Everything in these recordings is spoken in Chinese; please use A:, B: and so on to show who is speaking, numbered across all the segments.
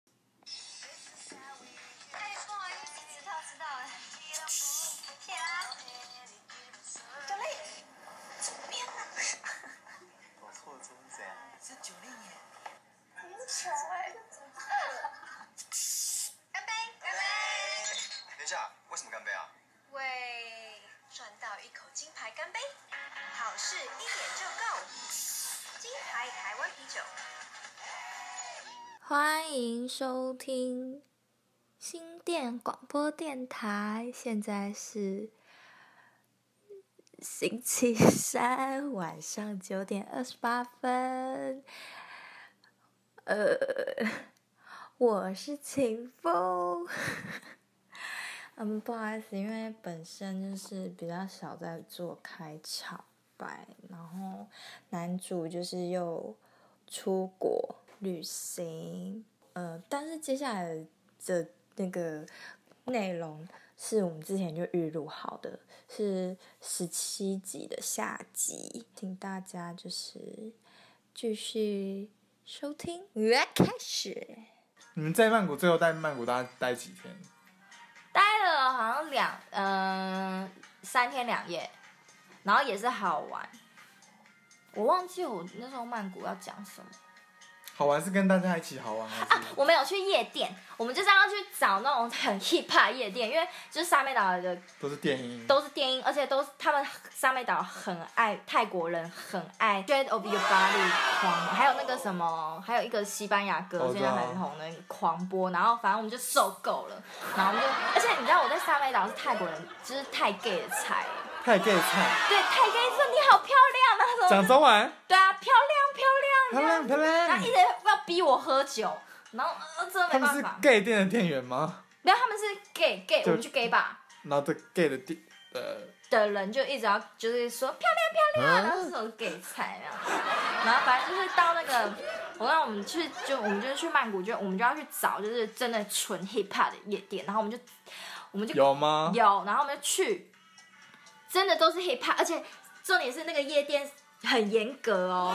A: 哎啊
B: 啊
A: 干杯！好事一点就够，金牌台湾啤酒。
C: 欢迎收听新店广播电台，现在是星期三晚上九点二十八分。呃，我是秦风。 嗯，不好意思，因为本身就是比较少在做开场白，然后男主就是又出国旅行，呃，但是接下来的那个内容是我们之前就预录好的，是十七集的下集，请大家就是继续收听，我要开始。
D: 你们在曼谷最后在曼谷大概待几天？
C: 待了好像两嗯、三天两夜，然后也是好玩。我忘记我那时候曼谷要讲什么
D: 好玩是跟大家一起好玩还
C: 啊
D: 是？！
C: 我们有去夜店，我们就是要去找那种很 hip hop 夜店，因为就是沙美岛的
D: 都是电音？
C: 都是电音，而且都是他们沙美岛很爱泰国人很爱《Shade of Your Body》狂，还有那个什么，还有一个西班牙歌
D: 哦我
C: 现
D: 知
C: 在
D: 道
C: 很红的狂播，然后反正我们就受够了，然后我们就，而且你知道我在沙美岛是泰国人，就是太 gay 的菜了，
D: 太 gay 菜，
C: 对，太 gay 说你好漂亮啊那种，
D: 讲中文，
C: 对啊，漂亮
D: 漂
C: 漂亮
D: 亮漂
C: 然后一
D: 亮。
C: 直要逼我喝酒，然后、呃、真的
D: 他
C: 没
D: 们
C: 办
D: 是
C: 法，
D: gay 店的店员吗？
C: 然后他们是 gay gay，我
D: 就
C: 们去 gay 吧。
D: 然后这 gay 的店，呃，
C: 的人就一直要就是说漂亮漂亮，然后这种给菜啊，然后反正就是到那个，我让我们去就我们就是去曼谷就我们就要去找就是真的纯 hip hop 的夜店，然后我们就我们就
D: 有啊吗？
C: 有然后我们就去，真的都是 hip hop，而且重点是那个夜店很严格哦，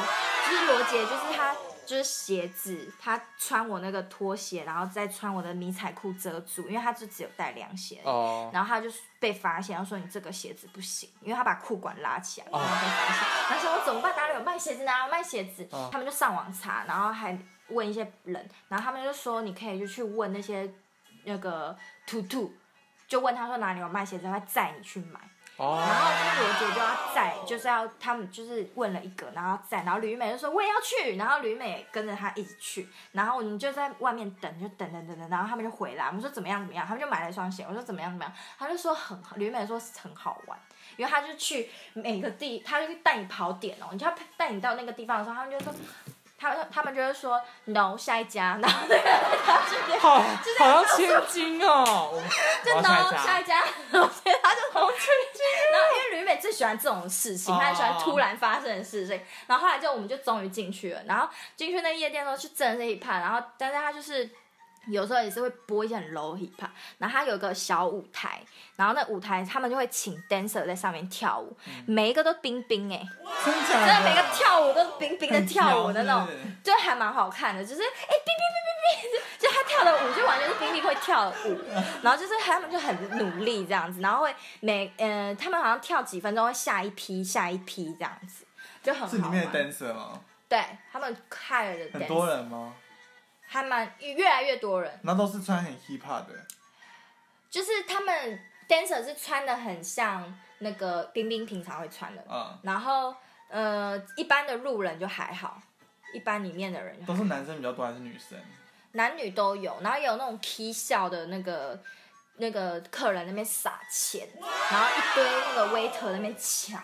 C: 就是罗杰就是他。就是鞋子，他穿我那个拖鞋，然后再穿我的迷彩裤遮住，因为他就只有带凉鞋而已。
D: 哦，
C: 然后他就被发现，他说你这个鞋子不行，因为他把裤管拉起来，然
D: 哦
C: 后被发现。然后想我怎么办？哪里有卖鞋子？哪里有卖鞋子？
D: 哦
C: 他们就上网查，然后还问一些人，然后他们就说你可以就去问那些那个图图，就问他说哪里有卖鞋子，他会载你去买。然后
D: 哦，
C: 就是罗杰就要载，就是要他们就是问了一个，然后载，然后吕玉美就说我也要去，然后吕玉美也跟着他一起去，然后我们就在外面等，就等等等等，然后他们就回来，我们说怎么样怎么样，他们就买了一双鞋，我说怎么样怎么样，他就说很好，吕玉美说很好玩，因为他就去每个地，他就带你跑点哦，你就要带你到那个地方的时候，他们就说。他他们就会说 no 下一家，然后那个人他去点
D: 好，
C: 就是
D: 好像千金哦。 我
C: 就
D: 我要
C: no
D: 下
C: 下
D: 一
C: 一
D: 家。
C: 家， 然后他就同 去。然后因为吕美最喜欢这种事情，
D: 哦
C: 她很喜欢突然发生的事情。然后后来就我们就终于进去了，然后进去那个夜店的时候，就真的是 hip hop，然后但是他就是。有时候也是会播一些很 low hip hop，然后他有个小舞台，然后那舞台他们就会请 dancer 在上面跳舞，每一个都冰冰哎、
D: 真假
C: 真的每个跳舞都冰冰的跳舞的那种
D: 很屌是，
C: 就还蛮好看的。就是哎，冰冰冰冰 冰，就他跳的舞就完全是冰冰会跳的 舞，然后就是他们就很努力这样子，然后会每呃他们好像跳几分钟会下一批下一批这样子，就很
D: 是
C: 好
D: 里面的
C: 玩。
D: dancer 吗？
C: 对他们 hire 的
D: 很多
C: dance
D: 人吗？
C: 还蛮越来越多人，
D: 然后都是穿很 hip hop 的，
C: 就是他们 dancer 是穿的很像那个冰冰平常会穿的，
D: 嗯，
C: 然后呃一般的路人就还好，一般里面的人就还好
D: 都是男生比较多还是女生？
C: 啊男女都有，然后也有那种 K 笑的那个那个客人那边撒钱，然后一堆那个 waiter 那边抢，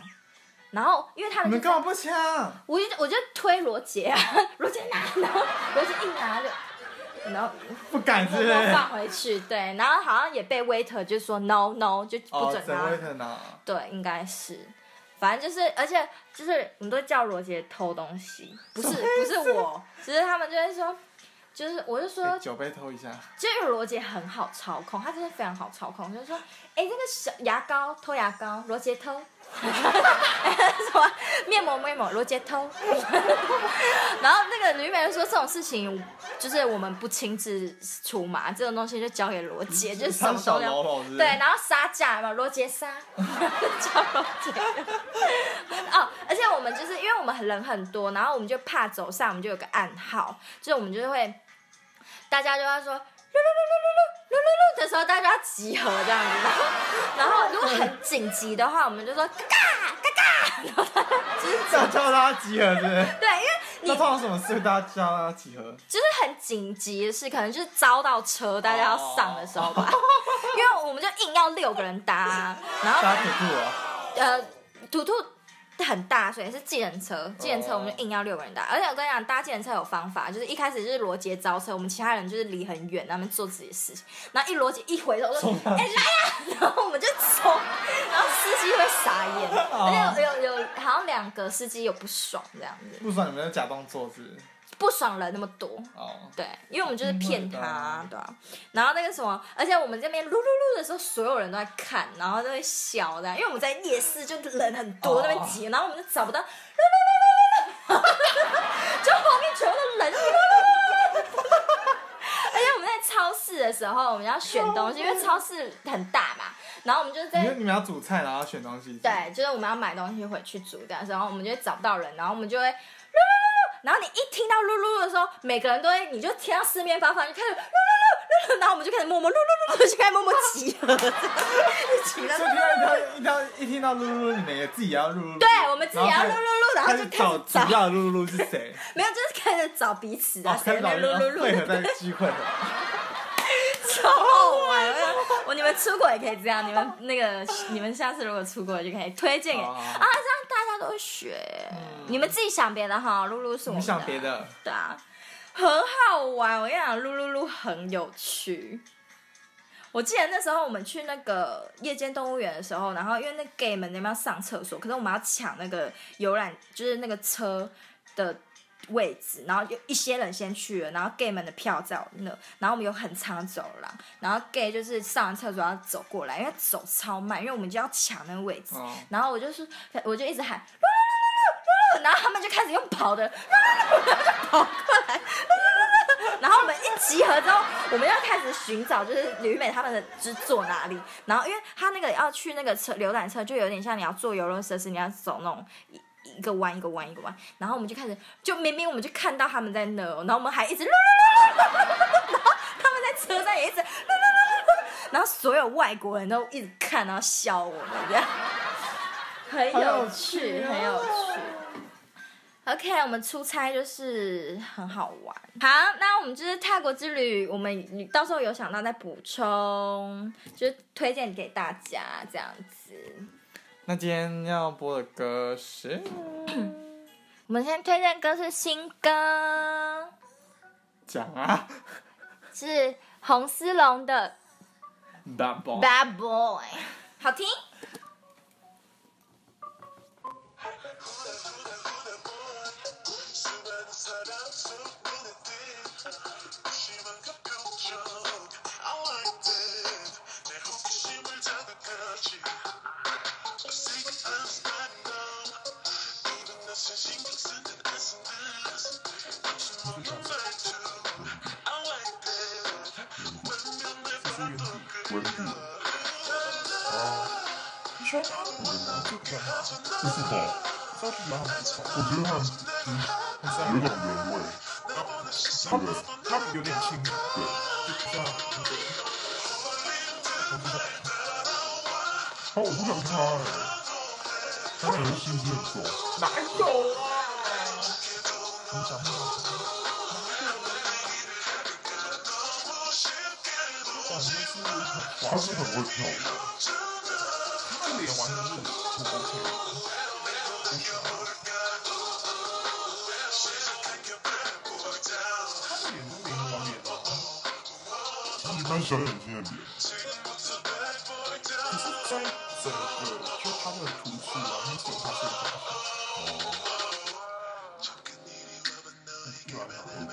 C: 然后因为他
D: 你
C: 们
D: 们
C: 就在
D: 干嘛不抢？
C: 我就我就推罗杰啊， 罗杰拿，然后罗杰一拿就，然后
D: 不敢是
C: 默
D: 不
C: 默
D: 是？
C: 放回去，对，然后好像也被 waiter 就说 no no 就不
D: 哦，
C: 准
D: 整
C: 拿，
D: 位特拿。
C: 对，应该是。反正就是，而且就是，我们都叫罗杰偷东西，不是不是我，只是他们就会说，就是我就说，
D: 哎酒杯偷一下。
C: 就是罗杰很好操控，他真的非常好操控， 就是说，哎、那个小牙膏偷牙膏，罗杰偷，什么面膜面膜，罗杰偷， 然后那个吕美就说这种事情就是我们不亲自出马，这种东西就交给罗杰，就是什
D: 他
C: 么
D: 嗯小
C: 都要
D: 喽啰是不是
C: 对，然后杀价嘛，罗杰杀， 叫罗杰。 哦，而且我们就是因为我们人很多，然后我们就怕走散，我们就有个暗号，就是我们就会大家就要说。噜噜噜噜噜噜噜噜噜的时 候，大家要集合这样子，然后然后如果很紧急的话，我们就说嘎嘎嘎嘎然后大家就是
D: 大 叫大家集合是不是？
C: 对，因为 你啊
D: 那发生什么事？大家叫大家 集合，
C: 就是很紧急的事，可能就是遭到车大家要上的时候吧， 因为我们就硬要六个人搭，然后
D: 大家可吐啊！
C: 呃，图图很大，所以是计程车，计
D: 哦
C: 程车我们就硬要六个人搭。而且我跟你讲，搭计程车有方法，就是一开始就是罗杰招车，我们其他人就是离很远，他们做自己的事情。然后一罗杰一回头说
D: 冲：“上
C: 哎、
D: 去
C: 来呀、 然后我们就冲，然后司机会傻眼，
D: 哦
C: 而且有有有好像两个司机有不爽这样子，
D: 不爽你们的假动作是不是
C: 不爽人那么多。
D: 哦，
C: 对，因为我们就是骗他、
D: 嗯
C: 对啊。然后那个什么，而且我们这边噜噜噜的时候，所有人都在看，然后都会笑的，因为我们在夜市就人很多，
D: 哦
C: 那边挤，然后我们就找不到噜噜噜噜噜，就后面全部都人噜噜噜噜噜。而且我们在超市的时候，我们要选东西，因为超市很大嘛，然后我们就在
D: 你们你们要煮菜，然后选东西。
C: 对，就是我们要买东西回去煮的时候，我们就会找不到人，然后我们就会噜噜噜，然后你一听到噜噜噜的时候，每个人都会，你就听到四面八方就开始噜噜噜噜噜，然后我们就开始默默噜噜噜噜，就开始默默集合，一起
D: 所以
C: 了。
D: 听到一到一到一听到噜噜噜，你们也自己要噜噜噜。
C: 对，我们自己也要噜噜噜，然后
D: 开
C: 就
D: 始
C: 开
D: 找
C: 始
D: 主
C: 找，
D: 要的噜噜噜是谁？
C: 没有，就是开始 找彼此啊
D: 哦，，
C: 谁
D: 开
C: 在
D: 始
C: 那
D: 找
C: 边噜噜
D: 会合
C: 噜，
D: 在聚会合。
C: 超好玩。哦我想我你们出国也可以这样，你们那个你们下次如果出国就可以推荐给
D: 好
C: 啊，
D: 好好
C: 这样大家都会学。你们自己想别的哈，噜噜是
D: 我
C: 我
D: 们
C: 们
D: 想别的，
C: 对啊，很好玩。我跟你讲，噜噜噜很有趣。我记得那时候我们去那个夜间动物园的时候，然后因为那 gay 们那边要上厕所，可是我们要抢那个游览，就是那个车的位置，然后有一些人先去了，然后 gay 们的票在我那，然后我们有很长的走廊，然后 gay 就是上完厕所要走过来，因为走超慢，因为我们就要抢那个位置，
D: 哦，
C: 然后我就是，我就一直喊噜噜噜噜噜噜，然后他们就开始用跑的噜噜噜，然后就跑过来，噜噜噜噜然后我们一集合之后，我们要开始寻找就是旅美他们的之坐哪里，然后因为他那个要去那个车浏览车，就有点像你要坐游乐设施，你要走那种一。一个弯一个弯一个弯，然后我们就开始，就明明我们就看到他们在那哦，然后我们还一直噜噜噜噜噜，然后他们在车上也一直噜噜噜噜，然后所有外国人都一直看，然后笑我们这样。很有趣，很有趣。OK，我们出差就是很好玩。好，那我们就是泰国之旅，我们到时候有想到再补充，就是推荐给大家这样子。
D: 那今天要播的歌是
C: 我们先推荐歌是新歌，
D: 讲啊
C: 是红丝绒的《
D: ，Bad Boy。
C: Bad Boy》，好听。
E: 哦，我不想看，他可能心情不错。哪有啊？你想不想？我还是很会跳舞，这脸完全是不 OK。他的脸都没什么脸啊，一般小眼睛的脸。可是在整个就他们的图书啊，你手他是很好哦。对啊，看不了，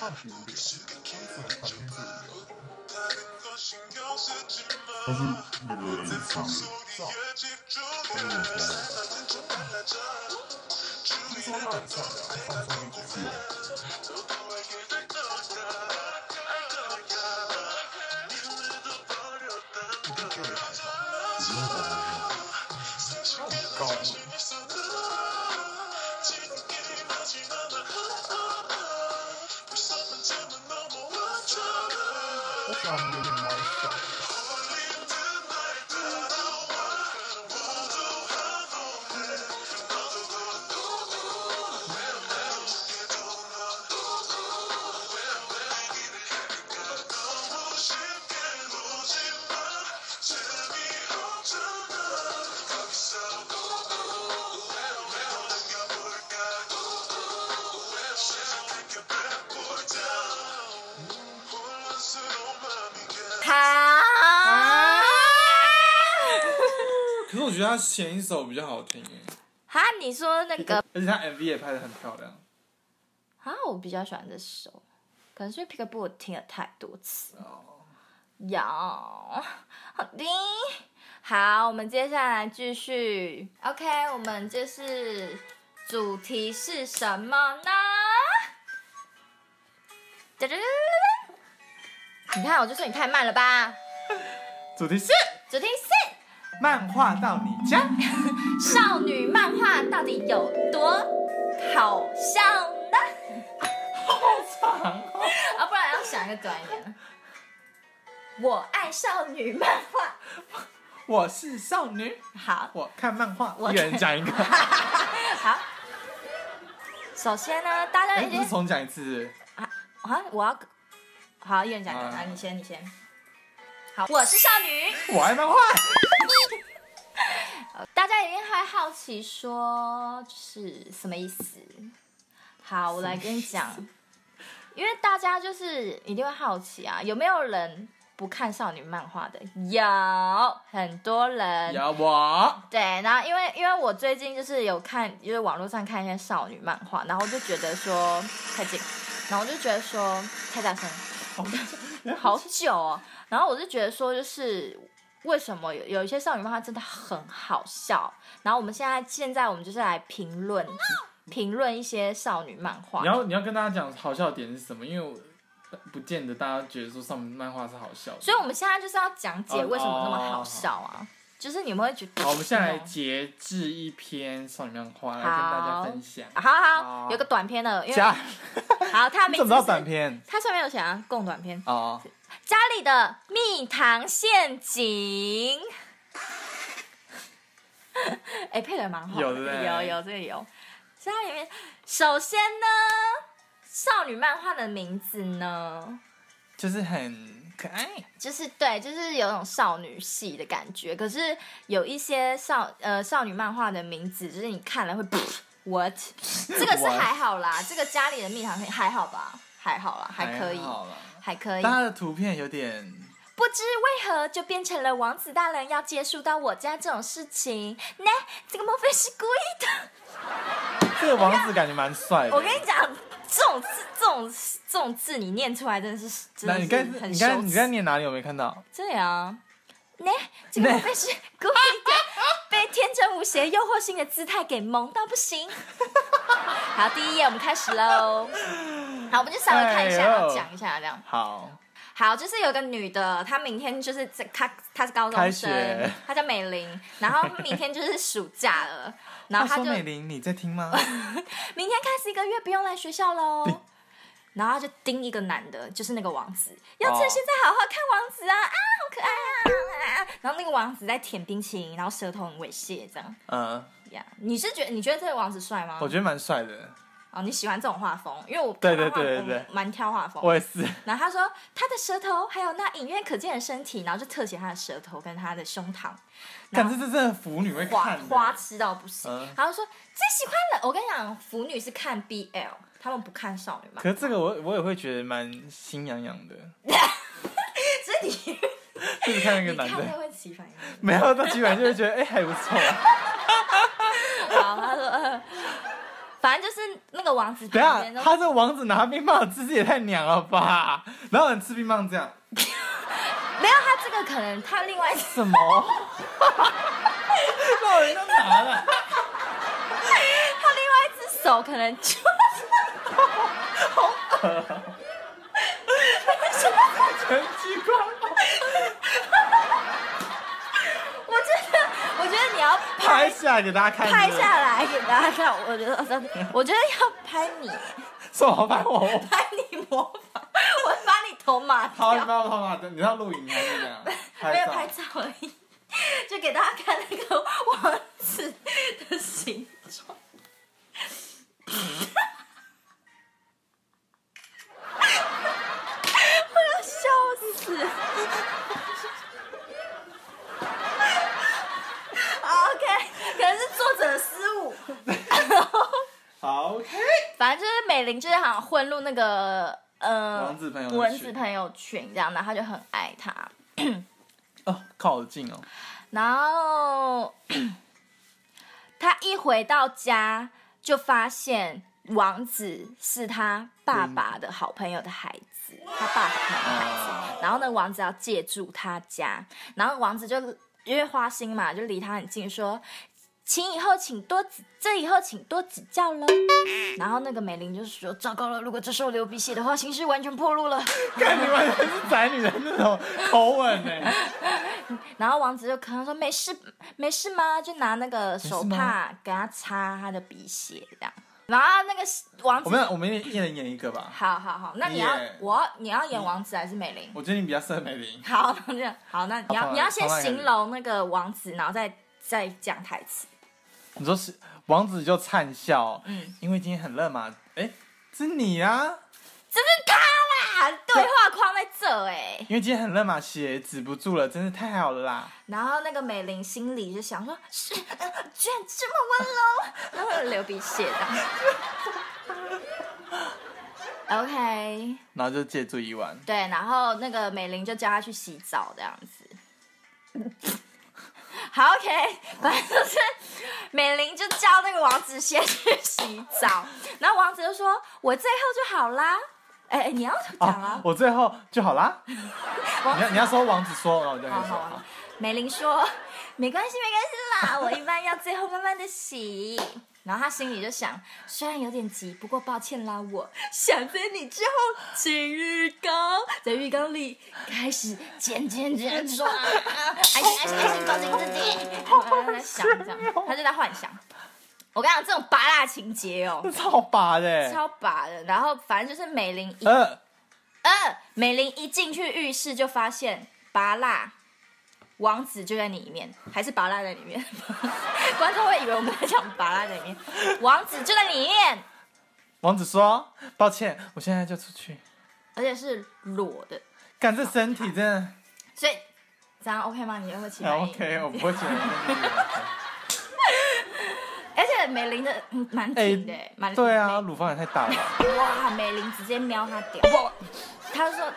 E: 他是那个隐藏的，没有说。听说他很漂亮，放上面去哦。高。我喜欢有点歪小。
D: 可是我觉得他前一首比较好听耶，
C: 哈，你说那 个
D: 而且他 MV 也拍的很漂亮。
C: 哈，我比较喜欢这首，可能是因为 Pick Up 我听了太多次。
D: 哦，
C: 有，好的。好，我们接下来继续。OK，我们就是主题是什么呢？哒哒哒哒哒你看，我就说你太慢了吧。
D: 主题是
C: 主题是。
D: 漫画到你家。
C: 少女漫画到底有多好笑呢？
D: 好长哦
C: 啊，不然要想一个短一点的。我爱少女漫画。
D: 我是少女，
C: 好，
D: 我看漫画，
C: 我
D: 一人讲 一个。
C: 好。首先呢，大家
D: 哎，
C: 已
D: 不
C: 经
D: 是重讲一次，
C: 啊啊，我要好，一人讲一个，
D: 啊
C: 啊，你先，你先。好，我是少女。
D: 我爱漫画。
C: 大家一定还好奇说，就是什么意思？好，我来跟你讲，因为大家就是一定会好奇啊，有没有人不看少女漫画的？有很多人，
D: 有我，
C: 对，然后因为因为我最近就是有看，就是网络上看一些少女漫画，然后我就觉得说太近，然后我就觉得说太大声，
D: 哦
C: 了， 好久哦。然后我就觉得说，就是为什么有有一些少女漫画真的很好笑，然后我们现在现在我们就是来评论评论一些少女漫画
D: 你。要你要跟大家讲好笑的点是什么？因为我不见得大家觉得说上漫画是好笑的。
C: 所以我们现在就是要讲解
D: 哦
C: 为什么那么好笑啊，就是你们会觉得哦
D: 好，我们现在来截至一篇少女漫画来跟大家 分享。
C: 好好
D: 好
C: 有个短片的，因为
D: 家，
C: 好，它的名
D: 你
C: 字
D: 怎么知道
C: 是
D: 短片？
C: 它上面有写啊，共短片，
D: 哦，
C: 家里的蜜糖陷阱。 哎、配的蛮好的，
D: 有对不对
C: 有有这个有。家里面，首先呢，少女漫画的名字呢，
D: 就是很可爱。
C: 就是对，就是有种少女系的感觉。可是有一些少呃少女漫画的名字，就是你看了会 what，这个是
D: What？
C: 还好啦，这个家里的蜜糖还好吧，还好啦，还可以，
D: 好啦。
C: 还可以。
D: 但它的图片有点，
C: 不知为何就变成了王子大人要接触到我家这种事情。 那这个莫非是故意 的？
D: 这个王子感觉蛮帅的。
C: 我跟你讲，这种字、这种字这种字，你念出来真的是真
D: 那
C: 的
D: 你刚
C: 是很
D: 你
C: 羞
D: 刚你刚
C: 耻。
D: 念哪里？我没看到。
C: 对啊， 那这个莫非是故意的？ 被天真无邪、诱惑性的姿态给萌到不行。 好，第一页我们开始喽。好，我们就稍微看一下，
D: 哎呦
C: 然后讲一下这样。
D: 好，
C: 好，就是有个女的，她明天就是在她她是高中
D: 开
C: 生
D: 学，
C: 她叫美玲，然后明天就是暑假 了，然后
D: 话
C: 她就
D: 说美玲，你在听吗？
C: 明天开始一个月不用来学校喽。然后她就盯一个男的，就是那个王子，要趁现在好好看王子啊啊，好可爱啊！啊然后那个王子在舔冰淇淋，然后舌头很猥亵，这样
D: 嗯，
C: 呀。你是觉得你觉得这个王子帅吗？
D: 我觉得蛮帅的。
C: 哦，你喜欢这种画风，因为我
D: 对
C: 看漫画
D: 对对
C: 我
D: 对对
C: 蛮挑画风的。
D: 我也是。
C: 然后他说他的舌头，还有那隐约可见的身体，然后就特写他的舌头跟他的胸膛，然
D: 感
C: 后
D: 觉这真的腐女会
C: 花
D: 看的。
C: 花痴到不行。
D: 嗯
C: 然后说最喜欢的，我跟你讲，腐女是看 BL，他们不看少女漫
D: 可是这个我我也会觉得蛮心痒痒的，
C: 所以你
D: 就是看 那个
C: 你
D: 男
C: 看
D: 的
C: 了，会起反应。
D: 没有到基本上就会觉得哎、还不错、 啊。
C: 好，他说。呃反正就是那个王子
D: 等
C: 旁
D: 一
C: 边
D: 下，
C: 都，
D: 他这王子拿冰棒吃，这也太娘了吧！然后人吃冰棒这样，
C: 没有他这个可能他另外
D: 什么？让人家拿 了，
C: 他另外一只手可能就
D: 全激光，
C: 我觉得我觉得你要
D: 拍下来给大家看。
C: 拍下来给大家看，我觉得真的，我觉得要拍你，
D: 是不是，什么拍我？
C: 拍你模仿，我会把你头麻
D: 好，你
C: 掉，
D: 帮我头发，你要录影还是这样？
C: 没有
D: 照
C: 拍照而已，就给大家看那个王子的形状。我要笑死！OK，可能是作者的失误。
D: 好，OK。
C: 反正就是美玲，就是好像混入那个呃
D: 王子朋友的群
C: 文字朋友群这样，然后他就很爱他。
D: 哦，靠好近哦，
C: 然后他一回到家就发现王子是他爸爸的好朋友的孩子，他爸好朋友的孩子。然后呢，王子要借住他家，然后王子就因为花心嘛，就离他很近，说。请以后请多指，这以后请多指教喽。然后那个美玲就说：“糟糕了，如果这时候流鼻血的话，形势完全破露了。”
D: 看你完全是宅女的那种口吻呢、
C: 然后王子就可能说没事没事吗？就拿那个手
D: 没事
C: 帕给他擦他的鼻血这样。然后那个王
D: 我
C: 子，
D: 们我们一人演一个吧。
C: 好好好，那你
D: 你
C: 要
D: 演
C: 我要你要演王子还是美玲？
D: 我觉得你比较适合美玲。
C: 好，那这样好，那你
D: 好
C: 要
D: 好
C: 你要
D: 好
C: 先
D: 那个
C: 形容那个王子，然后再再讲台词。
D: 你说是王子就灿笑，
C: 嗯，
D: 因为今天很热嘛。哎，是你啊，
C: 这是他啦，对话框在这哎、
D: 因为今天很热嘛，血止不住了，真是太好了啦。
C: 然后那个美玲心里就想说，是、呃居然这么温柔，然后流鼻血的。OK。
D: 然后就借住一晚，
C: 对，然后那个美玲就叫他去洗澡这样子。好，OK，反 正就是美玲就叫那个王子先去洗澡，然后王子就说：“我最后就好啦。”哎、哎，你要讲啊，
D: 哦我最后就好啦。
C: 王
D: 你要你要说王子说，然后我就开
C: 好
D: 始
C: 好
D: 说。
C: 好。美玲说：“没关系，没关系啦，我一般要最后慢慢的洗。”然后她心里就想，虽然有点急，不过抱歉啦，我想在你之后进浴缸，在浴缸里开始剪剪剪抓，爱心爱心爱心抓紧自己，她在想这样，她就在幻想。我跟你讲，这种拔辣情节哦
D: 这，超拔的、欸，
C: 超拔的。然后反正就是美玲一
D: 呃，
C: 二，美玲一进去浴室就发现拔蜡王子就在里面，还是拔蜡在里面， 观众会以为我们在讲拔蜡在里面，王子就在里面，
D: 王子说抱歉，我现在就出去。
C: 而且是裸的，
D: 干这身体真的
C: 所以这样 OK 吗？你会起
D: 很
C: 反应
D: 啊 OK，我不会觉得那个女的 OK。
C: 而且美玲的嗯蛮挺的、欸，蛮、
D: 哎对啊，乳房也太大了吧。
C: 挺的，哇，美玲直接瞄他屌，他说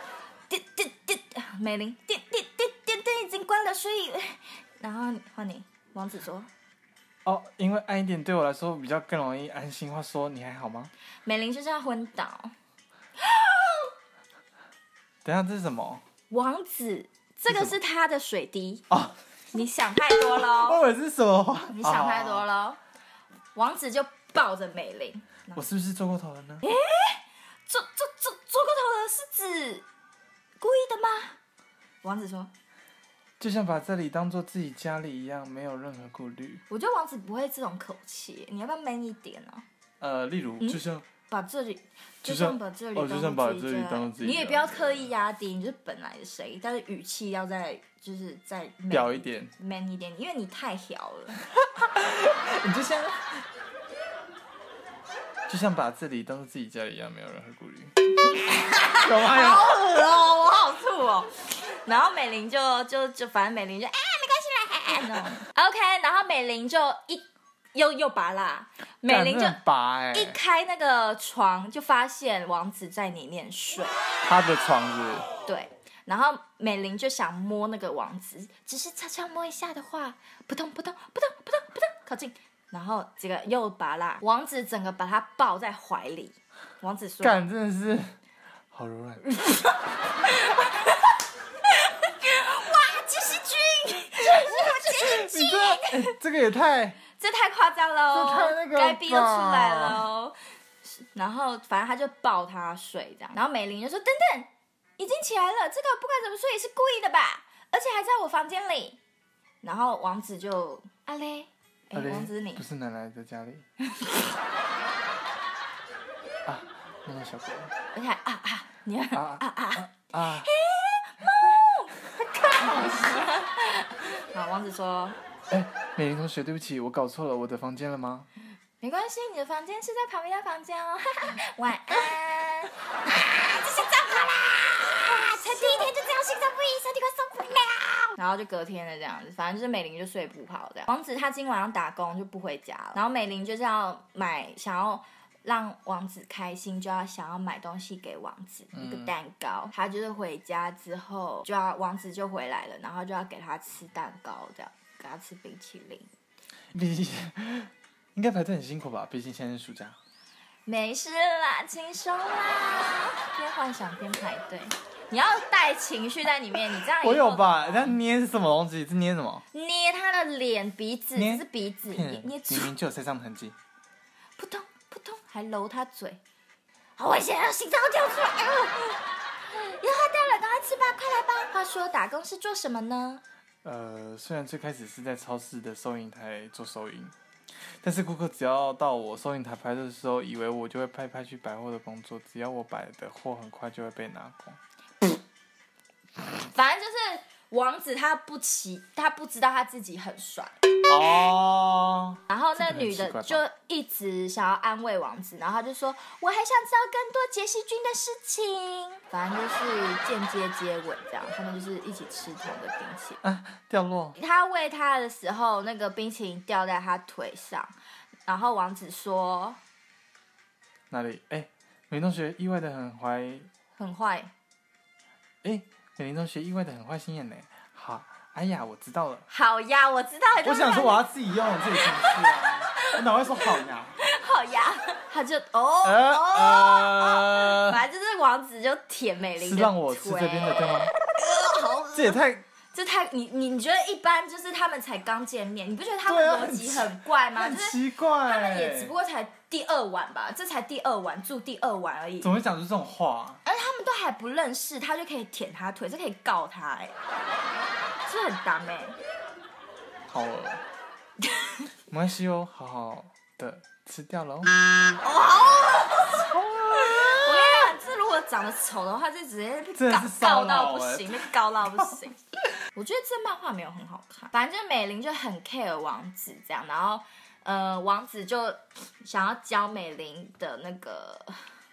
C: 滴滴滴，美玲电电电电灯已经关了，所以哎然后换你，王子说。
D: 哦，因为暗一点对我来说比较更容易安心。话说你还好吗？
C: 美玲就这样昏倒。
D: 等一下这是什么？
C: 王子，这个是他的水滴，
D: 哦，
C: 你想太多 喽，
D: 我以为是什么花？
C: 哦你想太多
D: 哦。
C: 喽。王子就抱着美玲，
D: 我是不是做过头了呢？
C: 做做做做过头了，是指故意的吗？王子说
D: 就像把这里当做自己家里一样，没有任何顾虑。：“
C: 我觉得王子不会这种口气，你要不要 man 一点呢、
D: 呃，例如，
C: 嗯
D: 就像
C: 把这里，
D: 就
C: 像
D: 像
C: 把这里
D: 哦就像把这里
C: 当做
D: 当做
C: 自己家
D: 自己家
C: 你也不要刻意压低，你就是本来的声音，但是语气要再就是再 man
D: 表一点，
C: man 一点，因为你太小了。
D: 你就像，就像把这里当做自己家里一样，没有任何顾虑。有吗？有
C: 好恶 哦，我好吐哦。然后美玲就就就反正美玲就啊没关系啦啊啊那种，OK。然后美玲就一又又拔啦，美玲就
D: 干真的很拔哎、
C: 一开那个床就发现王子在里面睡，
D: 他的床是
C: 对。然后美玲就想摸那个王子，只是悄悄摸一下的话，扑通扑通扑通扑通扑通靠近，然后这个又拔啦，王子整个把他抱在怀里。王子说：“
D: 干，真的是好柔软。
C: 杰西君，杰西君
D: 你这、哎这个也太……
C: 这太夸张了哦，
D: 这太那个了
C: 该逼又出来了哦。然后反正他就抱他睡这样，然后美玲就说：“等等，已经起来了，这个不管怎么说也是故意的吧？而且还在我房间里。”然后王子就阿嘞，哎、
D: 啊嘞
C: 王子你
D: 不是奶奶在家里啊，梦到小狗了
C: 而且还啊啊，你看
D: 啊啊啊啊！
C: 好，王子说
D: 哎，美玲同学，对不起，我搞错了，我的房间了吗？
C: 没关系，你的房间是在旁边的房间哦，哈哈晚安。啊， 这是脏话啦！才第一天就这样心脏不一，身体快受不了。然后就隔天了这样子，反正就是美玲就睡不好这样。王子他今晚要打工就不回家了，然后美玲就这样买想要。让王子开心，就要想要买东西给王子，
D: 嗯
C: 一个蛋糕。他就是回家之后，就要王子就回来了，然后就要给他吃蛋糕，这样给他吃冰淇淋。
D: 毕竟应该排队很辛苦吧？毕竟现在是暑假。
C: 没事啦，轻松啦，边幻想边排队。你要带情绪在里面，你这样以后
D: 我有？吧？那捏是什么东西？是捏什么？
C: 捏他的脸、鼻子，
D: 捏嗯
C: 是鼻子，
D: 骗
C: 捏
D: 人！
C: 捏
D: 明明就有身上的痕迹。
C: 扑通扑通，还揉他嘴，好危险啊！心脏要跳出来了！有喝到了，赶快吃吧，快来吧！话说打工是做什么呢？
D: 呃，虽然最开始是在超市的收银台做收银，但是顾客只要到我收银台排队的时候，以为我就会派派去百货的工作，只要我摆的货很快就会被拿光。
C: 反正就是王子他不奇，他不知道他自己很帅，
D: 哦，
C: 然后那
D: 这个很
C: 女
D: 奇怪
C: 的
D: 吧
C: 就一直想要安慰王子，然后他就说我还想知道更多杰西君的事情。反正就是间接接吻这样，他们就是一起吃同一个冰淇淋。
D: 啊掉落。
C: 他喂他的时候，那个冰淇淋掉在他腿上，然后王子说
D: 哪里？哎、美玲同学意外的很怀，
C: 很坏，
D: 哎、美玲同学意外的很坏心眼呢。好，哎呀，我知道了。
C: 好呀，我知道，
D: 我想说我要自己用我自己情绪啊，我哪会说好呀？
C: 好呀， 他就哦
D: 呃
C: 哦，
D: 呃，
C: 反正就是王子就舔美玲
D: 是
C: 的
D: 让我吃这边的
C: 腿呃
D: 对吗？这也太
C: 就他你你你觉得一般就是他们才刚见面，你不觉得他们
D: 对啊
C: 逻辑很怪吗？
D: 啊很
C: 就是
D: 奇怪。欸
C: 他们也只不过才第二晚吧，这才第二晚住第二晚而已
D: 怎，么会讲出这种话？啊
C: 而他们都还不认识，他就可以舔他腿，这可以告他哎、是不是很当哎、
D: 好恶， 没关系哦，好好的吃掉哦喽。
C: 我跟你讲，这如果长得丑的话，就直接
D: 真
C: 被
D: 的
C: 告
D: 是骚
C: 告
D: 扰
C: 到不
D: 欸
C: 行，被告到不行。 我觉得这漫画没有很好看，反正就美玲就很 care 王子这样，然后呃，王子就想要教美玲的那个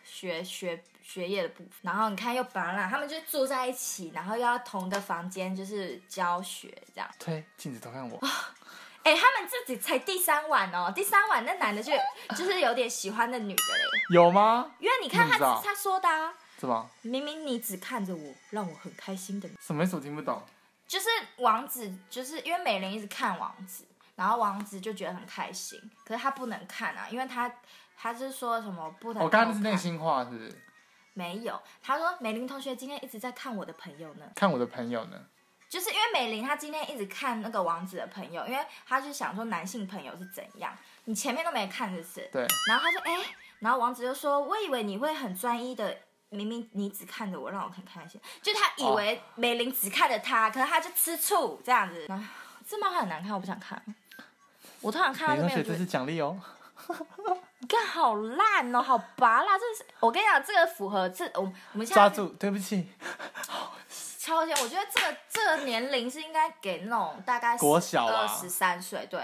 C: 学学学业的部分，然后你看又拔啦，他们就住在一起，然后又要同的房间，就是教学这样。
D: 推镜子偷看我，
C: 哎、他们自己才第三晚哦，第三晚那男的就就是有点喜欢那女的嘞，
D: 有吗？
C: 因为你看他
D: 你知道
C: 他说的啊。
D: 是吗？
C: 明明你只看着我，让我很开心的。
D: 什么意思？我听不懂。
C: 就是王子，就是因为美玲一直看王子，然后王子就觉得很开心，可是他不能看啊，因为他他是说什么不能
D: 我
C: 够看。
D: 哦刚刚是内心话，是不是？
C: 没有，他说美玲同学今天一直在看我的朋友呢，
D: 看我的朋友呢？
C: 就是因为美玲她今天一直看那个王子的朋友，因为她就想说男性朋友是怎样，你前面都没看就是。
D: 对，
C: 然后他说：“哎、然后王子就说：“我以为你会很专一的，明明你只看着我，让我很开心。”就他
D: 哦
C: 以为梅林只看着他，可是他就吃醋这样子。然后哎这漫画很难看，我不想看。我突然看到
D: 美
C: 这
D: 同
C: 边，我
D: 学
C: 觉
D: 这
C: 得
D: 是奖励哦。
C: 干好烂哦，好拔啦！这是我跟你讲，这个符合这我们我们现
D: 抓
C: 在
D: 住，对不起，
C: 超前，我觉得这个这个年龄是应该给那种大概
D: 国小啊
C: 二十三岁对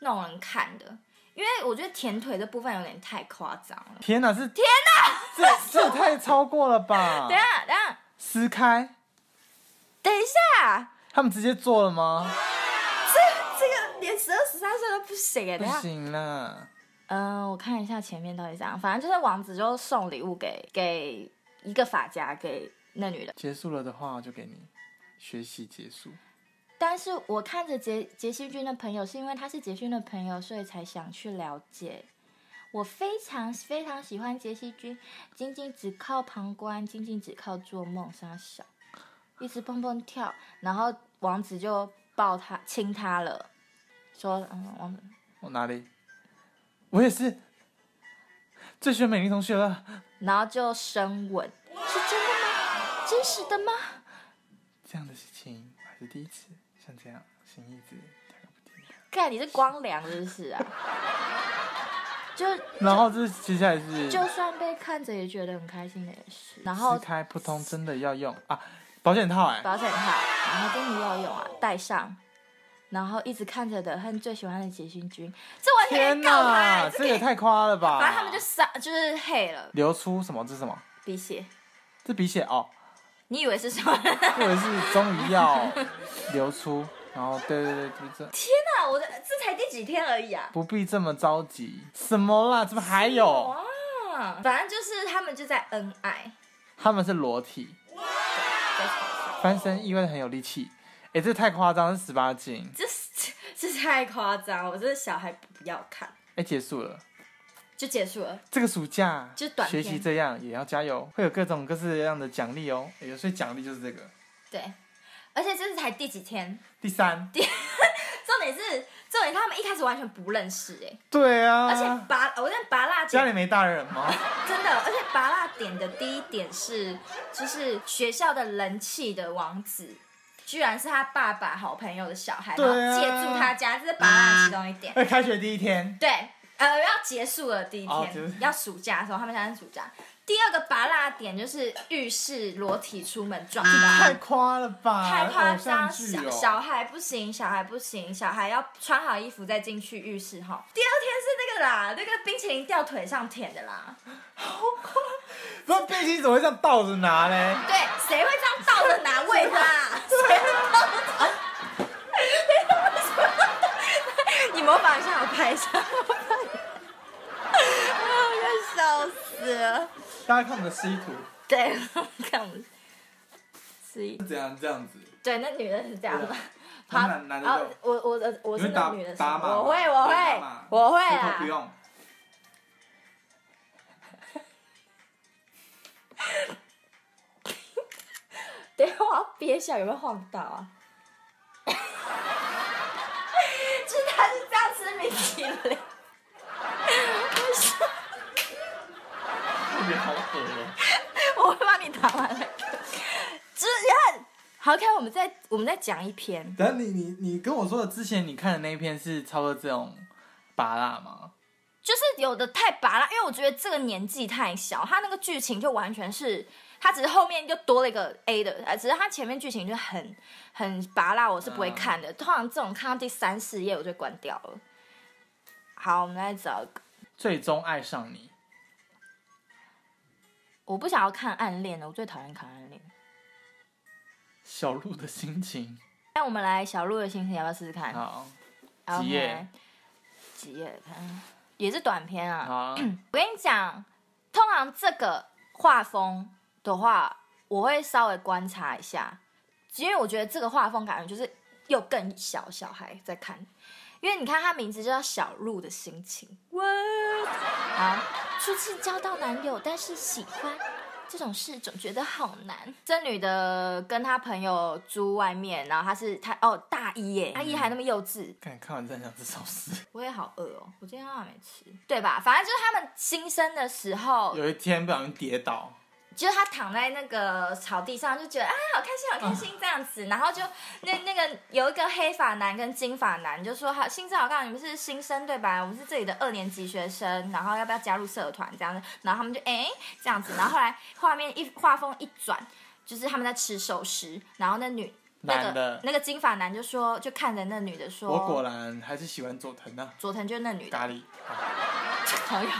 C: 那种人看的，因为我觉得舔腿这部分有点太夸张了。
D: 天哪，是天哪，这这也太超过 了吧
C: 等一？下，等一下，
D: 撕开，
C: 等一下。
D: 他们直接做了吗？
C: 这这个连十二十三岁都不行哎，
D: 不
C: 等一下，
D: 行啦，
C: 嗯、我看一下前面到底怎样，反正就是王子就送礼物给给一个发夹给那女的，
D: 结束了的话就给你学习结束。
C: 但是我看着杰杰西君的朋友，是因为他是杰勋的朋友，所以才想去了解。我非常非常喜欢杰西君，仅仅只靠旁观，仅仅只靠做梦，傻小，一直蹦蹦跳，然后王子就抱他亲他了，说嗯，王子
D: 我哪里？我也是，最喜欢美玲同学了。
C: 然后就深吻，是真的吗？真实的吗？
D: 这样的事情我还是第一次，像这样心一直跳个不停。
C: 看你是光良是不是啊？就
D: 然后这接下来是
C: 就算被看着也觉得很开心的也是。然后
D: 撕开，扑通，真的要用啊，保险套哎、
C: 保险套，然后真的要用啊，戴上，然后一直看着的和最喜欢的杰勋君，这完全啊
D: 天
C: 可以告他，
D: 这
C: 可以
D: 也太夸了吧！
C: 哎反正他们就杀，就是黑了
D: 流出什么？这是什么？
C: 鼻血。
D: 这鼻血哦，
C: 你以为是什么？ 天
D: 我以为是终于要流出，然后对对对，就是这
C: 哪，我的这才第几天而已啊！
D: 不必这么着急。什么啦？怎么还有？
C: 哇，嗯，反正就是他们就在恩爱，
D: 他们是裸体，
C: 在床上，
D: 翻身意味着很有力气。哎，这太夸张，是十八禁。
C: 这是这太夸张了，我这小孩不要看，
D: 哎，结束了，
C: 就结束了。
D: 这个暑假
C: 就短
D: 学
C: 片
D: 习这样也要加油，会有各种各式各样的奖励哦。哎，所以奖励就是这个。
C: 对，而且这是才第几天，
D: 第三，
C: 重点是重点他们一开始完全不认识哎、
D: 对啊，
C: 而且拔我在拔蜡
D: 家
C: 点
D: 里没大人 吗？
C: 真的，而且拔蜡点的第一点是就是学校的人气的王子。居然是他爸爸好朋友的小孩，
D: 对啊
C: 然后借住他家，这是拔蜡其中一点。
D: 哎，开学第一天，
C: 对，呃，要结束了第一天，
D: 哦结束
C: 要暑假的时候，他们现在是暑假。第二个拔蜡点就是浴室裸体出门撞
D: 太
C: 到。
D: 夸了吧！
C: 太夸
D: 偶
C: 张，
D: 像剧
C: 小
D: 哦。
C: 小孩不行，小孩不行，小孩要穿好衣服再进去浴室哈。第二天是那个啦，那个冰淇淋掉腿上舔的啦。
D: 那背心怎么会这样倒着拿嘞？
C: 对，谁会这样倒着拿喂他啊？ 谁会倒着拿？ 你模仿一下，我拍一下。 我要笑死了。
D: 大家看我们的 C 图
C: 对，看我们是一
D: 是怎样这样子，
C: 对，那女的是这样的
D: 对。啊
C: 好，
D: 男男的
C: 啊
D: 这种
C: 我我的我是
D: 你会打
C: 那女的是吗，
D: 打码吗
C: 我会
D: 对
C: 我
D: 打
C: 会
D: 码
C: 我会啊
D: 这
C: 啦
D: 头不。用。
C: 等一下我要憋笑，有没有晃到啊？ 就是他是这样吃冰淇淋。
D: 特别好恶哦。
C: 我会帮你打完 那个。之前好看，我们再我们再讲一篇，
D: 等下你你你跟我说的之前你看的那一篇是差不多这种拔蜡吗？
C: 就是有的太拔了，因为我觉得这个年纪太小，他那个剧情就完全是。他只是后面就多了一个 A 的，呃，只是他前面剧情就很很拔辣，我是不会看
D: 嗯
C: 的。通常这种看到第三四页我就关掉了。好，我们来找一个，
D: 最终爱上你，
C: 我不想要看暗恋的，我最讨厌看暗恋。
D: 小鹿的心情。
C: 那我们来小鹿的心情，要不要试试看？
D: 好，
C: OK，
D: 几页
C: 几页？看，也是短篇啊。
D: 好，
C: 我跟你讲，通常这个画风的话，我会稍微观察一下，因为我觉得这个画风感觉就是又更小小孩在看，因为你看他名字就叫小鹿的心情。What？好，初次交到男友，但是喜欢。这种事总觉得好难。这女的跟她朋友租外面，然后她是她哦大一耶，大一还那么幼稚，
D: 看看完真想吃寿司。
C: 我也好饿哦，我今天还没吃，对吧？反正就是他们新生的时候，
D: 有一天不小心跌倒，
C: 就是他躺在那个草地上，就觉得啊，好开心，好开心这样
D: 嗯
C: 子。然后就那那个有一个黑发男跟金发男就说，好，新生，我告诉你们是新生对吧？我们是这里的二年级学生，然后要不要加入社团这样子？然后他们就哎、这样子，然后后来画面一画风一转，就是他们在吃寿司，然后那女。那
D: 男的
C: 个那个金发男就说，就看着那女的说，
D: 我果然还是喜欢佐藤啊，
C: 佐藤就是那女的，
D: 咖喱。啊
C: 朋友。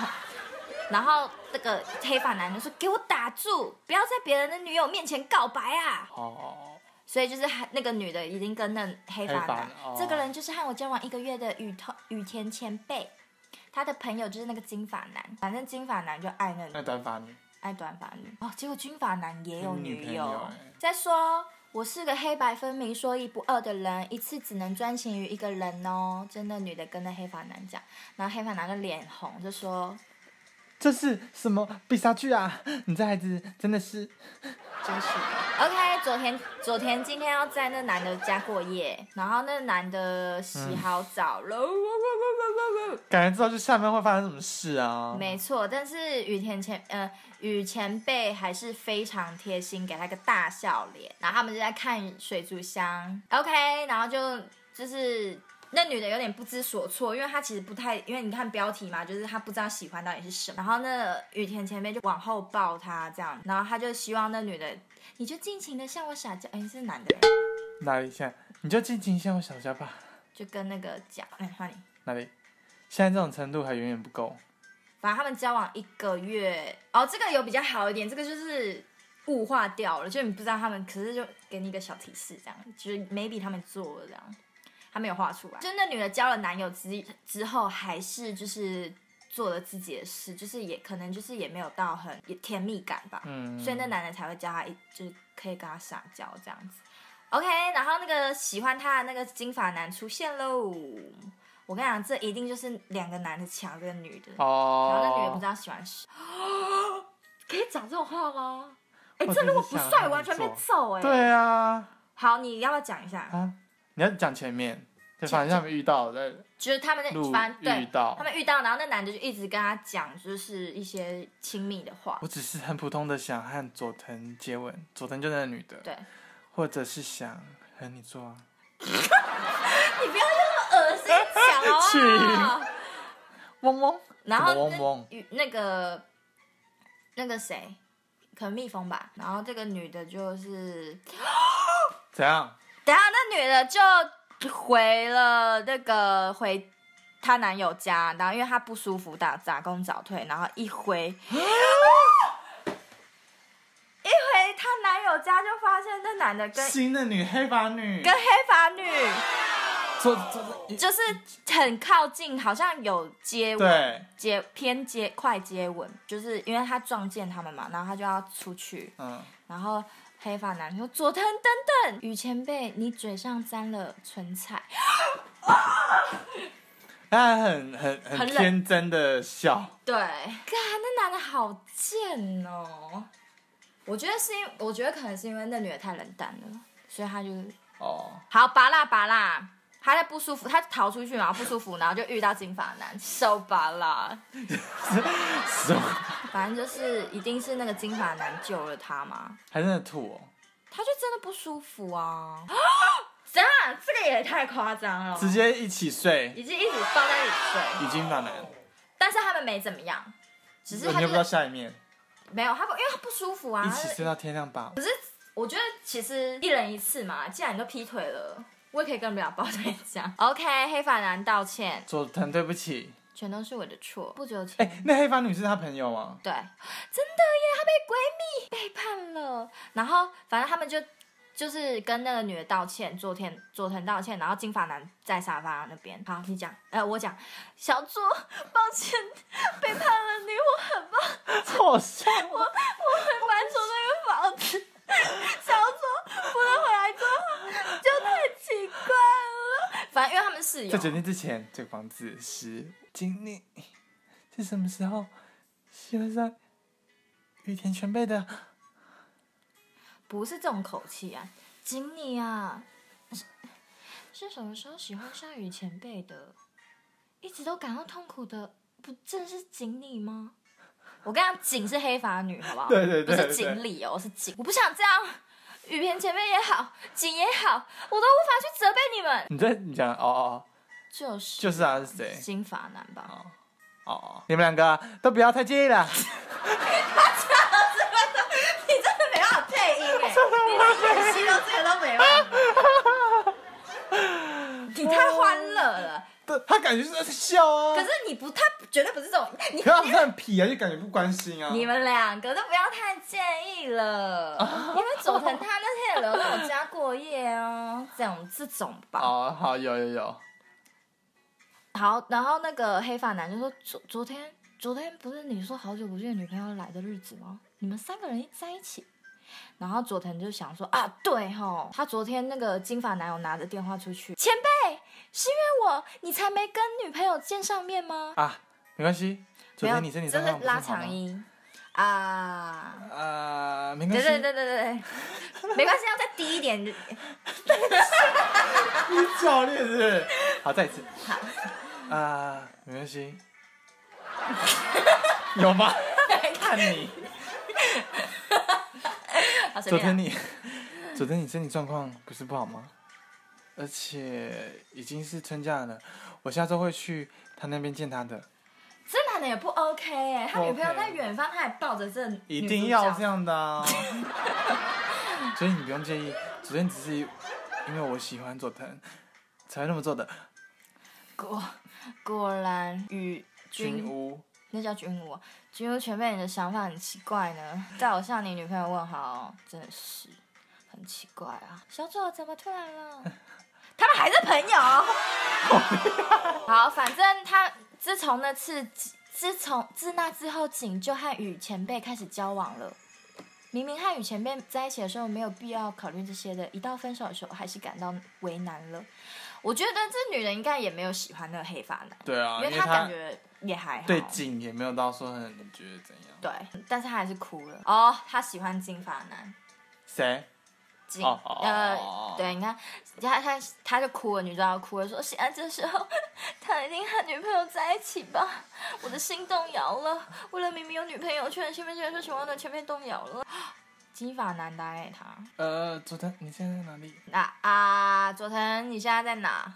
C: 然后那个黑发男就说：“给我打住，不要在别人的女友面前告白啊
D: 哦，！”
C: 所以就是还那个女的已经跟那黑发
D: 黑发
C: 男
D: 男，哦
C: 这个人就是和我交往一个月的雨桐雨田前辈，他的朋友就是那个金发男，反正金发男就爱那
D: 那
C: 女，
D: 短发女，
C: 爱短发女哦。结果金发男也有
D: 女
C: 女
D: 朋
C: 友，
D: 友哎
C: 再说。我是个黑白分明、说一不二的人，一次只能专情于一个人哦。真的，女的跟那黑发男讲，然后黑发男就脸红，就说
D: 这是什么必杀剧啊？你这孩子真的是
C: 真是的。OK，昨天昨天今天要在那男的家过夜，然后那男的洗好澡了，
D: 感觉知道就下面会发生什么事啊？
C: 没错。但是雨田前呃雨前辈还是非常贴心，给他一个大笑脸。然后他们就在看水族箱，OK，然后就就是。那女的有点不知所措，因为她其实不太，因为你看标题嘛，就是她不知道喜欢到底是什么。然后那雨田前辈就往后抱她这样，然后她就希望那女的，你就尽情的向我撒娇，哎，是男的人，
D: 哪里现在？你就尽情向我小家吧。
C: 就跟那个讲，哎，换你。
D: 哪里？现在这种程度还远远不够。
C: 反正他们交往一个月，哦，这个有比较好一点，这个就是物化掉了，就你不知道他们，可是就给你一个小提示，这样，就是 maybe 他们做了这样，他没有画出来。就那女的交了男友之之后，还是就是做了自己的事，就是也可能就是也没有到很也甜蜜感吧，
D: 嗯，
C: 所以那男的才会叫他一就是可以跟他撒娇这样子。OK，然后那个喜欢他的那个金发男出现喽，我跟你讲，这一定就是两个男的抢这个女的，然后那女的不
D: 哦
C: 知，道喜欢谁，可以讲这种话吗？哎、
D: 我
C: 这
D: 只
C: 如果
D: 是
C: 不
D: 想
C: 帅，
D: 让
C: 完
D: 你
C: 全被
D: 做
C: 揍哎、
D: 对啊
C: 好，你要不要讲一下？
D: 啊，你要讲前面，就反正他们遇到在
C: 就是他们
D: 路
C: 那反正
D: 遇
C: 对，
D: 到
C: 他，们遇到，然后那男的就一直跟他讲，就是一些亲密的话
D: 我。只是很普通的想和佐藤接吻，佐藤就是那女的，
C: 对，
D: 或者是想和你做啊，
C: 你不要用那么恶心啊讲 好不好？
D: 嗡嗡，
C: 然后
D: 嗡嗡
C: 那
D: 嗡
C: 与那个那个谁，可能蜜蜂吧。然后这个女的就是，
D: 怎样？
C: 等一下那女的就回了那个回她男友家，然后因为她不舒服打打工早退，然后一回。一回她男友家就发现那男的跟
D: 新的女黑发女，
C: 跟黑发女
D: 佐佐
C: 就是很靠近，好像有接吻，
D: 对，
C: 接偏接快接吻，就是因为他撞见他们嘛，然后他就要出去，
D: 嗯，
C: 然后黑发男说：“佐藤，等等，雨前辈，你嘴上沾了唇彩。
D: 他很很
C: 很
D: 很
C: 冷
D: 天真的笑，”
C: 对，看那男的好贱哦。我觉得是因，我觉得可能是因为那女的太冷淡了，所以他就
D: 哦，
C: 好拔辣拔辣。他在不舒服，他逃出去嘛，不舒服，然后就遇到金发男，手拔辣。
D: 什么？
C: 反正就是一定是那个金发男救了他嘛，
D: 还真的吐哦。
C: 他就真的不舒服啊！ 怎样？这个也太夸张了，
D: 直接一起睡，
C: 已经一直放在那里睡，
D: 已经发男，
C: 但是他们没怎么样，只是
D: 你
C: 他
D: 又
C: 就
D: 不知道
C: 是
D: 下一面，
C: 没有他不，因为他不舒服啊
D: 一。起睡到天亮吧。
C: 我觉得其实一人一次嘛，既然你都劈腿了，我也可以跟表抱在 讲。OK，黑发男道歉，
D: 佐藤，对不起。
C: 全都是我的错。不久前。
D: 哎、那黑发女是他朋友吗？
C: 对，真的耶，她被闺蜜背叛了。然后反正他们就就是跟那个女的道歉，佐藤佐藤道歉，然后金发男在沙发那边。好，你讲，呃，我讲，小猪，抱歉，背叛了你，我很抱歉，
D: 好笑。
C: 我会搬出那个房子。小猪不能回来之后就太奇怪了。反正因为他们室
D: 在
C: 友，
D: 决定之前，这个房子是经历是什么时候喜欢上雨田全备的？
C: 不是这种口气啊，经理啊，是是什么时候喜欢上雨前辈的？一直都感到痛苦的，不正是锦鲤吗？我跟你讲，锦是黑发女，好不好？
D: 对对对
C: 不是锦鲤哦，是锦。我不想这样，雨田前辈也好，锦也好，我都无法去责备你们。
D: 你在你讲哦哦，
C: 就是
D: 就是啊，是谁？
C: 金发男吧？
D: 哦哦哦，你们两个都不要太介 意了。
C: 你真的没办法配音哎、你连形容这个都没办法， 你太欢乐了。
D: 对他感觉是在笑啊，
C: 可是你不，他绝对不是这种，你
D: 可是他不是很痞啊，就感觉不关心啊。
C: 你们两个都不要太介意了，
D: 哦
C: 因为佐藤他那天也留在我家过夜哦， 这种这种吧。
D: 哦，好，有有有，
C: 好，然后那个黑发男就说昨昨天昨天不是你说好久不见女朋友来的日子吗？你们三个人在一起。然后佐藤就想说啊，对吼，他昨天那个金发男友拿着电话出去，前辈是因为我你才没跟女朋友见上面吗？
D: 啊，没关系。昨
C: 没有，
D: 天你身体
C: 这
D: 状况
C: 是
D: 不好
C: 拉
D: 吗
C: 长音啊。
D: 啊，没关
C: 对
D: 系。
C: 对对对对对，没关系，啊要再低一点。
D: 你教练是不是？ 好，再一次。好。啊，没关系。 有吗？看你，
C: 好，随
D: 昨
C: 便啊。
D: 天你， 昨天你身体状况不是不好吗？而且已经是春假了，我下周会去他那边见他的，
C: 这男的也不 OK 哎，他女朋友
D: OK
C: 在远方，他还抱着这女
D: 一
C: 主
D: 定要
C: 角
D: 这。样的啊！ 所以你不用介意，昨天只是因为我喜欢佐藤，才会那么做的。
C: 果果然与
D: 军
C: 君，
D: 屋，
C: 那叫君武啊，君武全被你的想法很奇怪呢。在我向你女朋友问好，真的是很奇怪啊。小左怎么突然了？ 他们还是朋友。好，反正他自从那次自从自那之后，景就和雨前辈开始交往了。明明和雨前辈在一起的时候没有必要考虑这些的，一到分手的时候还是感到为难了。我觉得这女人应该也没有喜欢那个黑发男，
D: 对啊，
C: 因
D: 因
C: 为
D: 为
C: 她感
D: 他
C: 觉也还好。
D: 对景也没有到说很觉得怎样。
C: 对但是她还是哭了。哦，她喜欢金发男，
D: 谁？
C: 金、
D: 哦哦哦哦
C: 呃
D: 哦，
C: 对，你看，她她她就哭了，你知道，哭了说现在这时候， 他一定和女朋友在一起吧？我的心动摇了，为了明明有女朋友，却很兴奋，居然说什么呢？全被动摇了。 金发男打给他，
D: 呃，佐藤，你现在在哪里？
C: 那啊，佐藤，你现在在哪？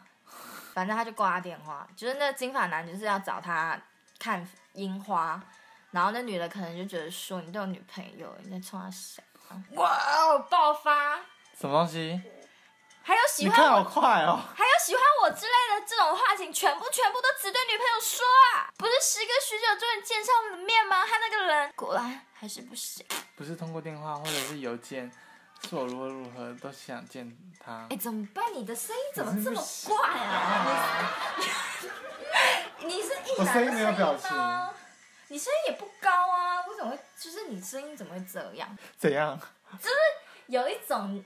C: 反正他就挂他电话，就是那金发男就是要找他看樱花，然后那女的可能就觉得说你都有女朋友，你在冲他笑，哇哦，爆发，
D: 什么东西？
C: 还有喜
D: 你
C: 欢
D: 看好
C: 我，
D: 快哦！
C: 还有喜欢我之类的这种话，请全部全部都只对女朋友说啊！不是时隔许久终于见上面吗？他那个人果然还是不行。
D: 不是通过电话或者是邮件，是我如何如何都想见他
C: 哎，。怎么办？你的声音怎么这么怪 啊？你你是一
D: 我
C: 男
D: 声
C: 的
D: 音没有表情
C: 吗？你声音也不高啊，为什么会？就是你声音怎么会这样？
D: 怎样？
C: 有一种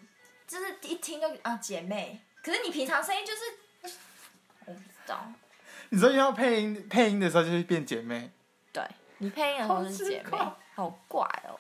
C: 就是一听就啊姐妹，可是你平常声音就是我不知道，
D: 你说要配音配音的时候就会变姐妹，
C: 对你配音的时候
D: 好
C: 是
D: 奇
C: 姐妹
D: 怪，
C: 好怪哦。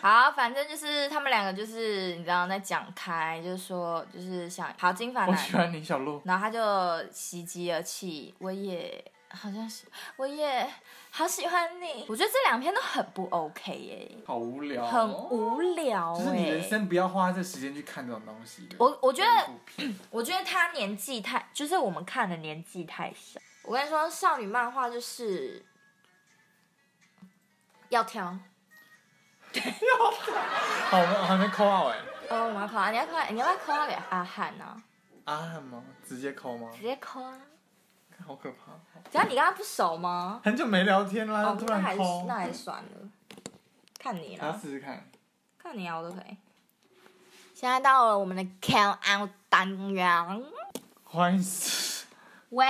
C: 好，反正就是他们两个就是你知道在讲开，就是说就是想好金发
D: 我
C: 男
D: 喜欢林小璐。
C: 然后他就袭击而气，我也好像是，我也好喜欢你。我觉得这两篇都很不 OK 耶、
D: 好无聊、哦
C: 很无聊
D: 就是你
C: 哎、
D: 人生不要花这时间去看这种东西。
C: 我我觉
D: 一
C: 得
D: 部片
C: 我觉得他年纪太，就是我们看的年纪太小。我跟你说，少女漫画就是要挑。
D: 好，我们还没扣号哎，
C: 哦，我们要扣啊！你要扣啊，你要不要扣啊给阿汉呢、
D: 阿汉吗？啊直接扣吗
C: 直？接扣啊！
D: 好可怕！
C: 只要你跟他不熟吗？
D: 很久没聊天啦，
C: 哦，
D: 突
C: 那还
D: 然啊
C: 是
D: 扣
C: 那，还是算了，看你
D: 我要
C: 了。
D: 试试看。
C: 看你啊，我都可以。现在到了我们的 count out 单元，
D: 欢迎收，
C: 喂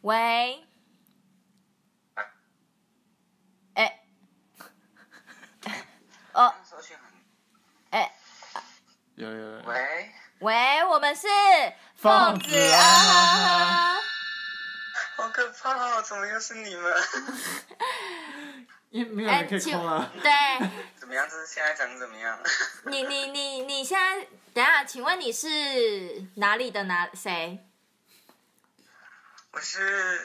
C: 喂，哎、哦
B: 搜寻很
C: 哎、
D: 有有有，
B: 喂，
C: 喂，我们是啊
D: 放啊
C: 子
D: 子啊
C: 哈哈哈
B: 好可怕哦！怎么又是你们？
D: 因为没有
C: 哎
D: 人可以啊
C: 请
D: 扣了。
C: 对
B: 怎么样？这是现在长怎么样？
C: 你你你你现在等一下，请问你是哪里的哪谁？
B: 我是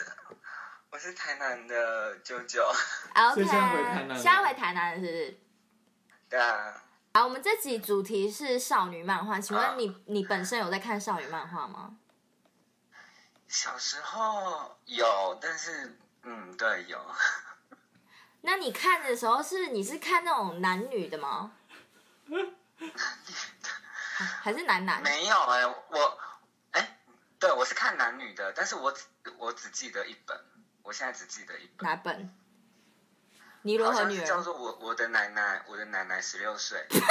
B: 我是台南的舅舅，
C: OK，
D: 所以现在回台南了
C: 现在回台南了是不是？
B: 对啊，
C: 好，我们这集主题是少女漫画，请问你你本身有在看少女漫画吗？
B: 小时候有，但是嗯，对，有，
C: 那你看的时候是你是看那种男女的吗？还是男男？
B: 没有哎、我哎、对我是看男女的，但是我只我只记得一本，我现在只记得一本，
C: 哪本？尼罗
B: 好
C: 河
B: 像
C: 女
B: 是
C: 儿。
B: 叫做我我的奶奶，我的奶奶十六岁，
D: 什么？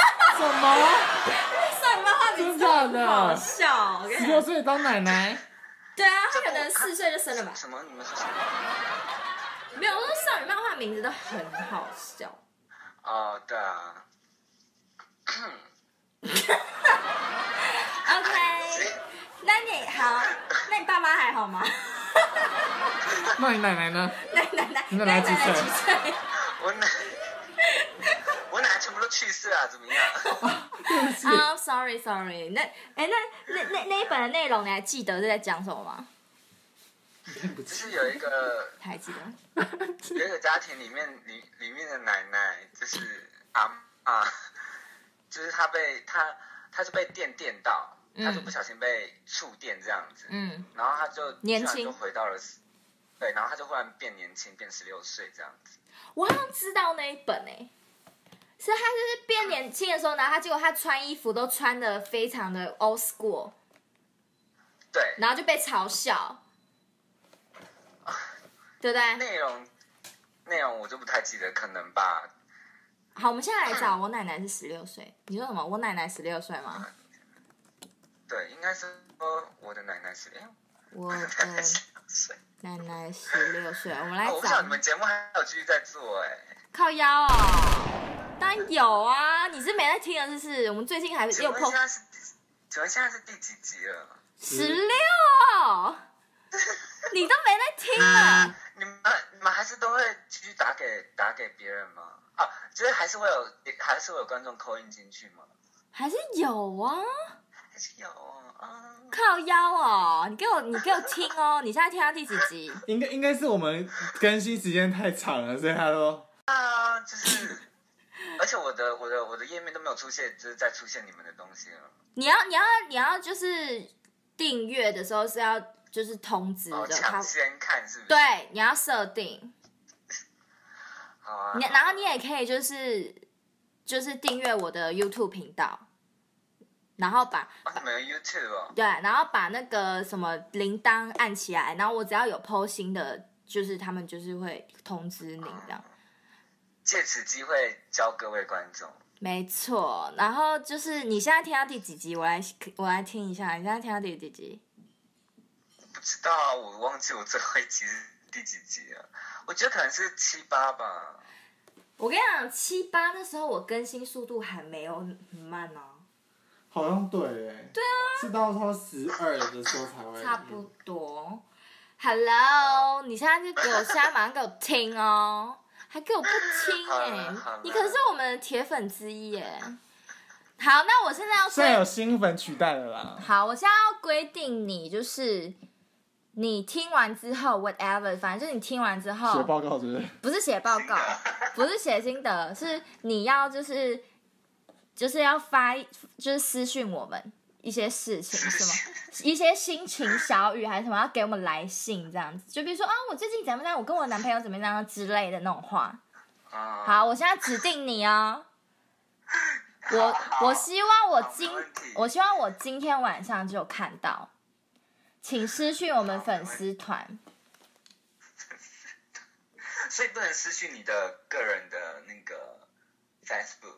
C: 少女漫画名字
D: 真
C: 很
D: 的
C: 好笑，哦我跟
D: 十
C: 你
D: 六
C: 讲。
D: 岁当奶奶？
C: 对啊，她可能四岁就生了吧？
B: 什么？你们是什么？
C: 没有，我说少女漫画名字都很好笑。
B: 哦，对啊。
C: OK，那你好，那你爸妈还好吗？
D: 那你奶奶呢？
C: 那你奶奶，
D: 你
C: 那
D: 奶奶
C: 你
D: 几
C: 奶奶
D: 岁
C: 几岁？
B: 我奶，我奶全部都去世了，怎么样？
C: 啊、s o r r y sorry，那哎、那那那那一本的内容你还记得是在讲什么吗？
B: 就是有一个
C: 还记得？
B: 有一个家庭里面里里面的奶奶，就是阿啊，就是她被她她就被电电到，她就不小心被触电这样子，
C: 嗯，
B: 然后她就
C: 年
B: 居然
C: 轻
B: 就回到了十，对，然后她就忽然变年轻，变十六岁这样子。
C: 我好像知道那一本哎、是他就是变年轻的时候，然后他结果他穿衣服都穿的非常的 old school，
B: 对，
C: 然后就被嘲笑，对不对？
B: 内容内容我就不太记得，可能吧。
C: 好，我们现在来找我奶奶是十六岁，你说什么？我奶奶十六岁吗？
B: 对，应该是说我的奶奶是，哎，
C: 我
B: 我的奶奶
C: 嗯
B: 是六岁，
C: 奶奶十六岁，我们来
B: 哦我不晓
C: 找
B: 得你们节目还有继续在做哎、
C: 靠腰哦。当然有啊，你是没在听了，是不是？我们最近还
B: 请
C: 又
B: 问
C: 碰
B: 现在是第，请问现在是第几集了？
C: 十六，你都没在听了。
B: 你们你们还是都会继续打给打给别人吗？啊，就是还是会有还是会有观众扣印进去吗？
C: 还是有啊，
B: 还是有啊、嗯
C: 靠腰哦！你给我，你给我听哦！ 你现在听到第几集？
D: 应该应该是我们更新时间太长了，所以他都
B: 啊，就是，而且我的我的我的页面都没有出现，就是在出现你们的东西了。
C: 你要，你要，你要，就是订阅的时候是要就是通知
B: 哦，
C: 的，他
B: 抢先看是不是？，
C: 对，你要设定，
B: 好啊。
C: 你然后你也可以就是就是订阅我的 YouTube 频道，然后把
B: 哦你们有 YouTube 哦，
C: 对，然后把那个什么铃铛按起来，然后我只要有 PO 新的，就是他们就是会通知你这样。
B: 借此机会教各位观众。
C: 没错，然后就是你现在听到第几集？我来我来听一下，你现在听到第几集？
B: 不知道啊，我忘记我最后一集是第几集了。我觉得可能是七八吧。
C: 我跟你讲，七八那时候我更新速度还没有很慢哦、
D: 好像对哎，对啊，是到他十二的时候才
B: 哎
D: 会
B: 嗯
C: 差不多。Hello，你现在就给我现在马上给我听哦，还给我不听
B: 好
C: 哎、
B: 了好了
C: 你可是我们的铁粉之一哎、好，那我现在要
D: 虽然有
C: 规，
D: 新粉取代了啦，
C: 好，我现在要规定你就是。你听完之后，whatever，反正就是你听完之后，
D: 写报告是不是？
C: 不是写报告，不是写心得，是你要就是就是要发，就是私讯我们一些事情，
B: 私
C: 什
B: 讯
C: 么一些心情小语还是什么，要给我们来信这样子，就比如说啊，我最近怎么样，我跟我男朋友怎么样之类的那种话。
B: 啊、
C: 好，我现在指定你哦。 我
B: 好
C: 我希望我今
B: 好没问题
C: 我希望我今天晚上就看到，请私讯我们
B: 好没
C: 粉
B: 问
C: 丝团。
B: 所以不能失去你的个人的那个 Facebook。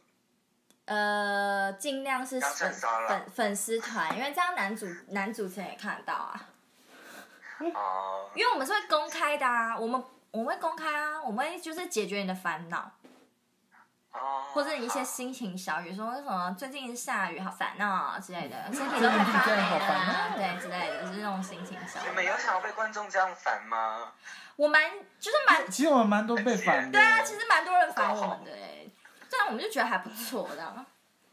C: 呃，尽量是
B: 当
C: 粉
B: 成骚扰
C: 粉粉丝团，因为这样男主男主持人也看得到啊，嗯
B: 哦、
C: 因为我们是会公开的啊，我们我们会公开啊，我们会就是解决你的烦恼，
B: 哦，
C: 或者一些心情小语，说什么最近下雨好烦恼啊之类的，身体都快发霉
D: 好
C: 了
D: 烦
C: 啊，对之类的，就是那种心情小
B: 你
C: 语。
B: 们有想要被观众这样烦吗？
C: 我蛮就是蛮
D: 其实我们蛮多被反的，
B: 对
C: 对啊，其实蛮多人烦我们的哎、欸，这样我们就觉得还不错的啊，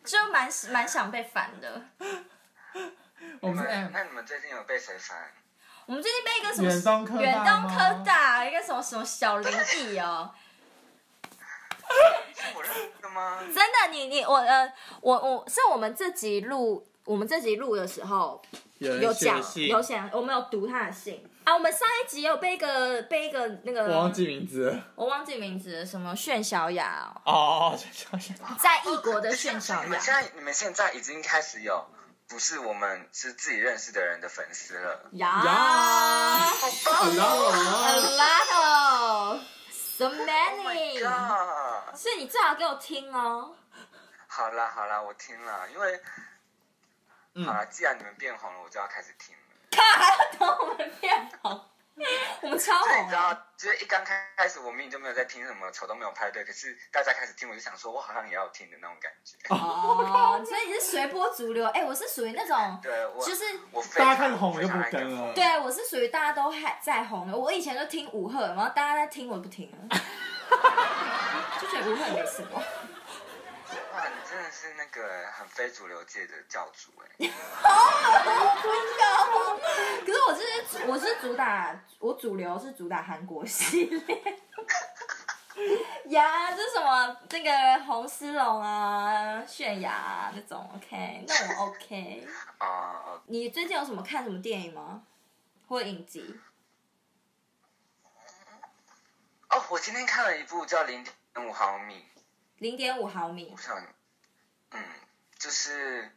C: 就蛮蛮想被烦的。
D: 我
B: 你
D: 们是哎
B: 们
C: 嗯
D: M
B: 那你们最近有被谁烦？
C: 我们最近被一个什么
D: 远东科大吗
C: 远东科大一个什么什么小灵异哦，
B: 是我认识的 吗？
C: 真的，你你我呃我我是我们这集录我们这集录的时候有讲有讲，我们有读他的信啊。我们上一集有被一个被一个那个
D: 我忘记名字了
C: 我忘记名字了，什么炫小雅、哦，
D: 哦，想想 想
C: 在异国的炫小
B: 你
C: 雅
B: 们，现在你们现在已经开始有不是我们是自己认识的人的粉丝了。
C: 呀
D: 然后
C: ，a
D: 我
C: lot of，so
B: Oh my
C: 哦 many，
B: god！
C: 所以你最好给我听哦。
B: 好啦好啦，我听了，因为、
D: 嗯
B: 好啦，既然你们变红了，我就要开始听了。
C: 等我们变红，我们超
D: 哦
B: 所以你
C: 红
B: 知
C: 了。
B: 道，就是一刚开始我明明就没有在听什么，球都没有排队，可是大家开始听，我就想说，我好像也要听的那种感觉。
C: 哦，所以你是随波逐流，哎、我是属于那种，
B: 对，我
C: 就是
B: 我非常
D: 大家开始红我就不跟了，
C: 对，我是属于大家都还在红的。我以前就听吴赫，然后大家在听我不听了， 就觉得吴赫没什么。
B: 哇，你真的是那个很非主流界的教主哎、
C: 可是我就是我是主打我主流是主打韩国系列。 呀，这什么那个红丝绒啊、泫雅啊那种，OK，那我 OK。
B: 哦，
C: 你最近有什么看什么电影吗？或影集？
B: 哦，我今天看了一部叫《零点五毫米》，
C: 零点五毫米
B: 我，想，嗯，就是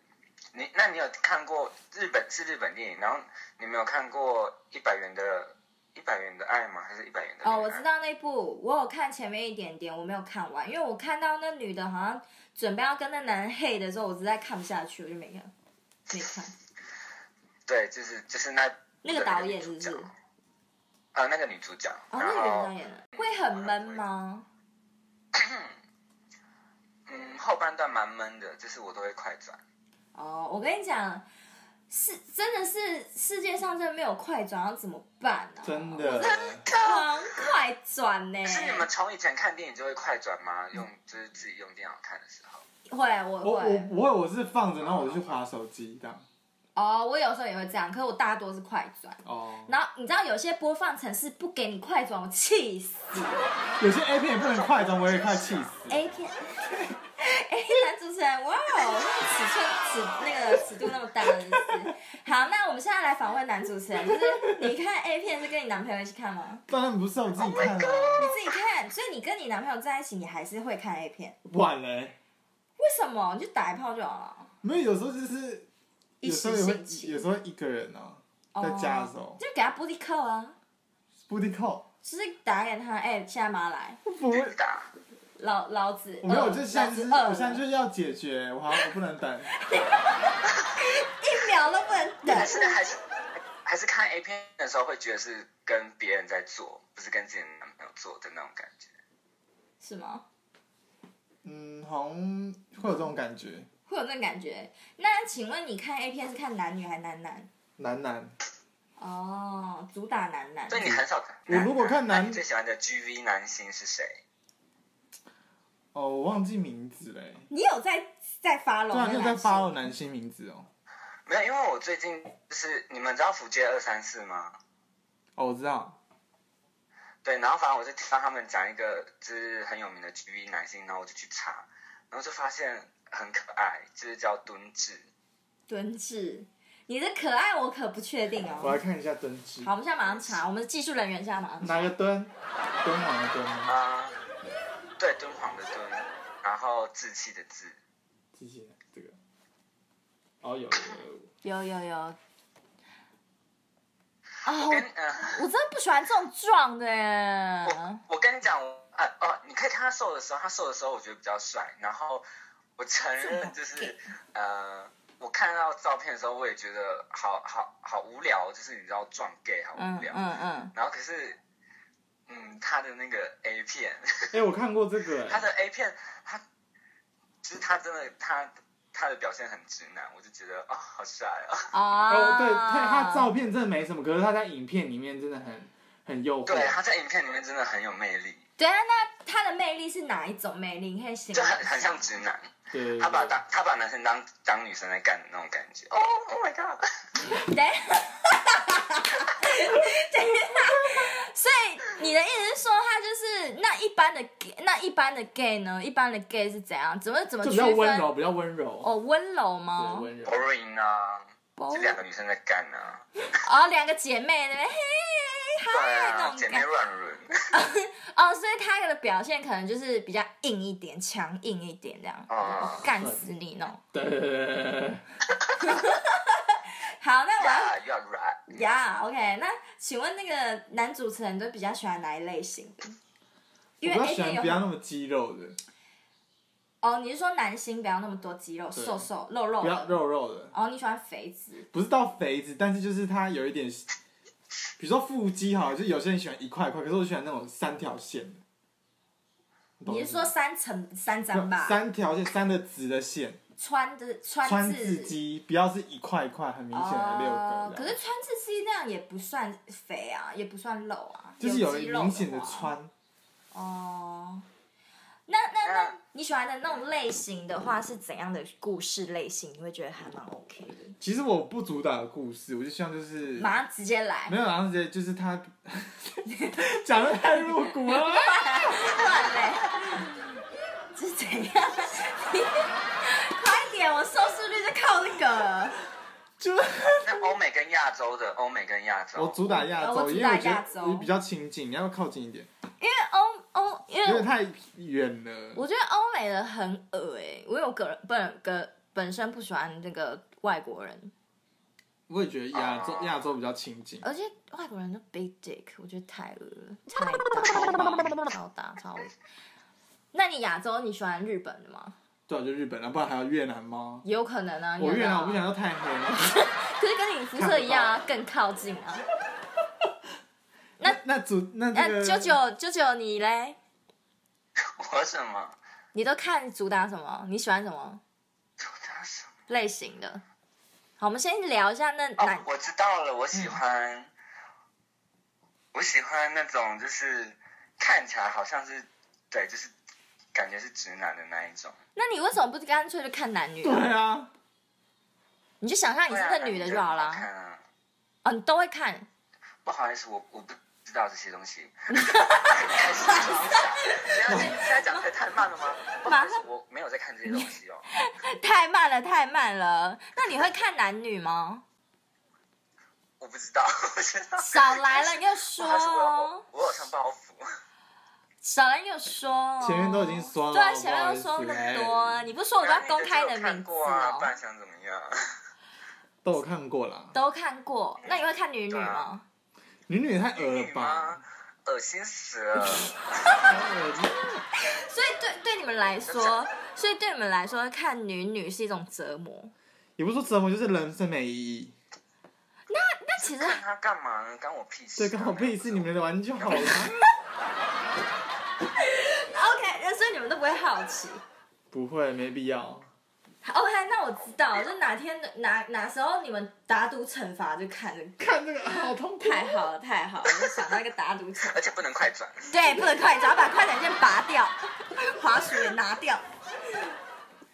B: 你，那你有看过日本是日本电影，然后你没有看过一百元的一百元的爱吗？还是一百元的恋爱
C: 哦，我知。道那部，我有看前面一点点，我没有看完，因为我看到那女的好像准备要跟那男人 h 的时候，我实在看不下去，我就没看，没看。
B: 对，就是就是那
C: 那个导演是不
B: 那
C: 是
B: 个女主角？呃，那个女主角，
C: 哦，
B: 然
C: 那个人
B: 后
C: 当演了，会很闷吗？
B: 嗯，后半段蛮闷的，就是我都会快转。
C: 哦，我跟你讲，是真的是世界上真的没有快转，要怎么办呢、啊？
D: 真的，
C: 狂快转呢、
B: 是你们从以前看电影就会快转吗？用就是自己用电脑看的时候，
C: 会，我
D: 我我
C: 会。
D: 不会，我是放着，然后我就去划手机这样。
C: 哦，我有时候也会这样，可是我大多是快转。
D: 哦，
C: 然后你知道有些播放程式不给你快转，我气死。
D: 有些 A 片也不能快转，我也快气死。
C: A 片，A 男主持人，哇哦，那个尺寸尺那个尺度那么大真是。好，那我们现在来访问男主持人，就是你看 A 片是跟你男朋友一起看吗？
D: 当然不是我自己
C: ，Oh
D: 看啊，
C: 你自己看，所以你跟你男朋友在一起，你还是会看 A 片？
D: 晚嘞。
C: 为什么？你就打一炮就好了。
D: 没有，有时候就是，
C: 一
D: 有时
C: 时
D: 候也会
C: 兴，起哦
D: 有时候一个人啊，在家的时候
C: 就给他 booty call 啊，
D: 不地靠，
C: 就是打给他，哎、现在妈来，
D: 不会
B: 对。打。
C: 老老子，
D: 我没有，
C: 饿
D: 我就现在就是，
C: 老
D: 我
C: 子饿
D: 现在
C: 了，
D: 就是要解决，我好，我不能等。
C: 一秒都不能等
B: 还。是还是还是看 A 片的时候会觉得是跟别人在做，不是跟自己的男朋友做的那种感觉。
C: 是吗？
D: 嗯，好像会有这种感觉，
C: 会有那感觉。那请问你看 A 片是看男女还男男？
D: 男男，
C: 哦，主打男男。
B: 所以你很少看。
D: 嗯我如果看
B: 那
D: 男
B: 你最喜欢的 GV 男星是谁？
D: 哦，我忘记名字嘞，
C: 你有在在发龙？
D: 对啊，你有在发了男星名字哦。
B: 没有，因为我最近就是你们知道福建二三四吗？
D: 哦，我知道，
B: 对，然后反正我就听到他们讲一个就是很有名的 GV 男星，然后我就去查，然后就发现很可爱，就是叫敦志。
C: 蹲置，你的可爱我可不确定
D: 我来
C: 哦。
D: 看一下蹲姿
C: 好，，我们现在马上查，我们的技术人员现在马上查。
D: 哪个蹲？蹲哪个蹲吗？
B: 啊、对，敦煌的敦，然后志气的志，
D: 谢谢这个。哦，有有
C: 有
D: 有，
C: 有有。
B: 我
C: 啊、
D: 哦
C: 我
B: 跟嗯，
C: 我真的不喜欢这种壮的耶。
B: 我我跟你讲，我啊哦，你可以看他瘦的时候，他瘦的时候我觉得比较帅。然后我承认，就是呃，我看到照片的时候，我也觉得好好好无聊，就是你知道撞 gay 好
C: 嗯
B: 无聊。
C: 嗯嗯，
B: 然后可是，嗯，他的那个 A 片，
D: 哎，我看过这个，
B: 他
D: 哎
B: 的 A 片，他其实他真的他他的表现很直男，我就觉得哦，好帅哦。
C: 啊、
D: 哦，对，他他照片真的没什么，可是他在影片里面真的很很诱惑
B: 对，，他在影片里面真的很有魅力，
C: 对啊，那他的魅力是哪一种魅力？你可以形
B: 就
C: 容
B: 很
C: 一下
B: 很像直男，
D: 对对
B: 他把
D: 对。
B: 当他把男生当当女生在干的那种感嗯觉。哦，Oh my god！
C: 等一下，等一下，所以你的意思是说，他就是那一般的 gay，那一般的 gay 呢？一般的 gay 是怎样？怎么怎么
D: 就
C: 区
D: 比较
C: 分？
D: 温柔，比较温柔，
C: 哦，温柔吗
D: 对，？温柔。
B: boring 啊，
C: 包
B: 这两个女生在干啊，
C: 哦，两个姐妹那边嘿
B: 对
C: 嗨哦那
B: 啊，
C: 种
B: 姐妹
C: 感
B: 乱伦，
C: 哦，所以他的表现可能就是比较硬一点，强硬一点这样，
B: 啊
C: 干死你那种。
D: 对对对对对对对。
C: 好，那我要
B: ，Yeah，you are right。
C: 呀、OK，那请问那个男主持人都比较喜欢哪一类型的？因为哎
D: 我比较
C: A
D: 喜
C: 片有很
D: 欢不要那么肌肉的，
C: 哦，你是说男星不要那么多肌肉，
D: 对
C: 瘦瘦肉肉
D: 不要
C: 的？
D: 肉肉的，
C: 哦，你喜欢肥子？
D: 不是到肥子，但是就是它有一点，比如说腹肌哈，就是有些人喜欢一块一块，可是我喜欢那种三条线的。懂
C: 你
D: 我意
C: 是
D: 思吗
C: 说三层三张吧？
D: 三条线，三的直的线，
C: 穿的穿
D: 川字
C: 字
D: 肌，不要是一块一块很明显的六
C: 哦可
D: 个。，
C: 是川字肌那样也不算肥啊，也不算肉啊，
D: 就是
C: 有
D: 有
C: 肌肉
D: 明显的
C: 话
D: 穿，
C: 哦。那那那
B: 那
C: 你喜欢的那种类型的话是怎样的故事类型？你会觉得还蛮 OK 的，
D: 其实我不主打的故事，我就希望就是
C: 马上直接来
D: 没，有，然后直接就是他讲的太入骨了。
C: 乱嘞， 是怎样？ 快点，我收视率就靠这个了。
D: 就
B: 那欧美跟亚洲的，欧美跟亚 洲，
D: 我主打亚
C: 呃我
D: 洲，
C: 主
D: 因为
C: 打
D: 我觉
C: 亚洲
D: 得你比较亲近，你要靠近一点，
C: 因为欧欧，因
D: 因
C: 为
D: 为太远了。
C: 我觉得欧美的很恶哎、我有个人本个本身不喜欢那个外国人，
D: 我也觉得亚洲
B: 啊
D: 亚洲比较亲近，
C: 而且外国人都 big dick，我觉得太恶了，太大，超大，超恶。那你亚洲你喜欢日本的吗？
D: 对啊，就日本啊，不然还有越南吗？
C: 也有可能啊，
D: 我
C: 有
D: 越
C: 啊
D: 南我不想，要太黑了，
C: 可是跟你肤色一样啊，更靠近啊。那
D: 那主那这
C: 那
D: 个
C: 九九九九你嘞？
B: 我什么？
C: 你都看主打什么？你喜欢什么
B: 主打什么？
C: 类型的？好，我们先聊一下那哪、
B: 哦，我知道了，我
C: 嗯
B: 喜欢，我喜欢那种就是看起来好像是，对，就是感觉是直男的那一种。
C: 那你为什么不干脆就看男女
D: 对？啊，
C: 你就想象你是那
B: 对啊
C: 女的就
B: 那
C: 好啦。
B: 你就很好看啊
C: 哦，你都会看，
B: 不好意思，我我不知道这些东 西。开始装傻，等一下现在讲的太慢了吗？不好意思，我没有在看这些东西哦。
C: 太慢了，太慢了。那你会看男 女吗？
B: 我不知道， 我知道。
C: 少来了，你有说
B: 不好意思，我
C: 哦
B: 有，我有上包袱。
C: 少来你有说哦。
D: 前面都已经说了，
C: 对啊，前面都
D: 不好
C: 说
D: 意思
C: 那
B: 哎
C: 么多，啊你不 是说我都要公开你的名字
B: 啊，不
C: 哦
B: 然？想怎么样？
D: 都有看过啦。
C: 都看过，
B: 嗯
C: 那你会看女女
B: 啊
C: 吗？
D: 女女也太恶
B: 你
D: 了吧？
B: 吗？恶心死 了！
D: 太恶了
C: 所以对对你们来
B: 啊
C: 说，所以对你们来说，看女女是一种折磨。
D: 也不是说折磨，就是人生没意义。
C: 那其实
B: 看他干嘛呢？干我屁事！啊
D: 对，刚好屁事，你们玩就 好了。
C: OK，那所以你们都不会好奇。
D: 不会，没必要。
C: OK，那我知道，就哪天的哪哪时候你们打赌惩罚就看这个，
D: 看这个好痛苦。
C: 太好了太好了，我就想到一个打赌惩。
B: 而且不能快转。
C: 对，不能快转，把快闪键拔掉，滑鼠也拿掉，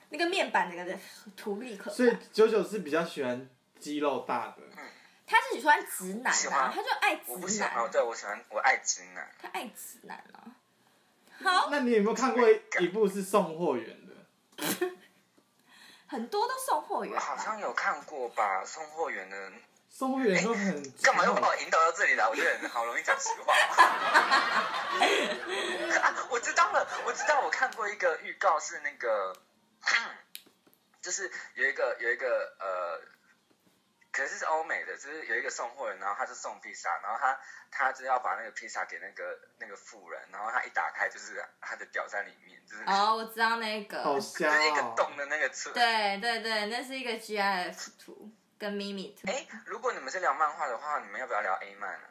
C: 那个面板那个图立可
D: 所以九九是比较喜欢肌肉大的，
C: 他是喜欢直男
B: 喜
C: 啊
B: 欢，
C: 他就爱
B: 我不
C: 直
B: 喜
C: 男
B: 欢，哦，对我喜欢，我爱直男。
C: 他爱直男啊。好，
D: 那你有没有看过一部是送货员的？
C: 很多都送货员啊
B: 我好
C: 吧，
B: 像有看过吧，送货员的
D: 送货员都很
B: 哎干嘛又把我引导到这里来？我觉得好容易讲实话。 啊我知道了，我知道，我看过一个预告是那个， 就是有一个有一个呃，可是是欧美的，就是有一个送货人，然后他就送披萨，然后他他就要把那个披萨给那个那个富人，然后他一打开就是他的屌在里面，就是、
C: 哦，我知道那个，
D: 好香
B: 就是一个
D: 哦。
B: 洞的那个车。
C: 对对对，那是一个 GIF 图跟咪咪图。
B: 哎，如果你们是聊漫画的话，你们要不要聊 A 漫啊？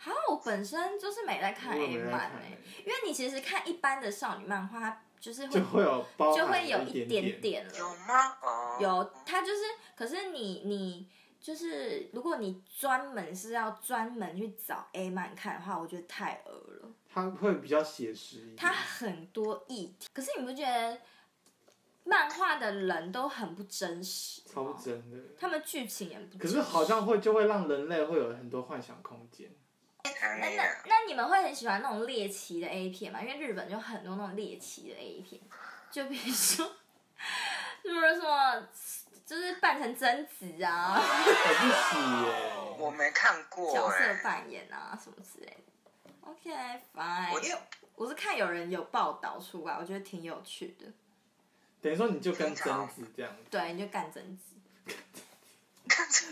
C: 好，我本身就是没在看
D: 我也
C: A
D: 没在
C: 漫
D: 看
C: 诶、因为你其实看一般的少女漫画，它就是会
D: 就会有包
C: 就
D: 含
C: 会有
D: 了一
C: 点
D: 点。
C: 点了。
B: 有吗？哦，
C: 有，他就是，可是你你就是，如果你专门是要专门去找 A 漫看的话，我觉得太恶了。
D: 他会比较写实一点。
C: 它很多议题，可是你不觉得漫画的人都很不真实？
D: 超不，真的。
C: 他们剧情也不真
D: 可
C: 实。
D: 是好像会就会让人类会有很多幻想空间。
B: 谈
C: 那
B: 恋
C: 那
B: 爱。
C: 那你们会很喜欢那种猎奇的 A 片吗？因为日本就很多那种猎奇的 A 片，就比如说， 比如说什么，就是扮成贞子啊。
D: 我不喜耶，
B: 我没看过
C: 角
B: 哎、
C: 色扮演啊什么之类的。OK fine，
B: 我
C: 因为我是看有人有报道出来，我觉得挺有趣的。
D: 等于说你就跟贞子这样，
C: 对，你就干贞子，
B: 看这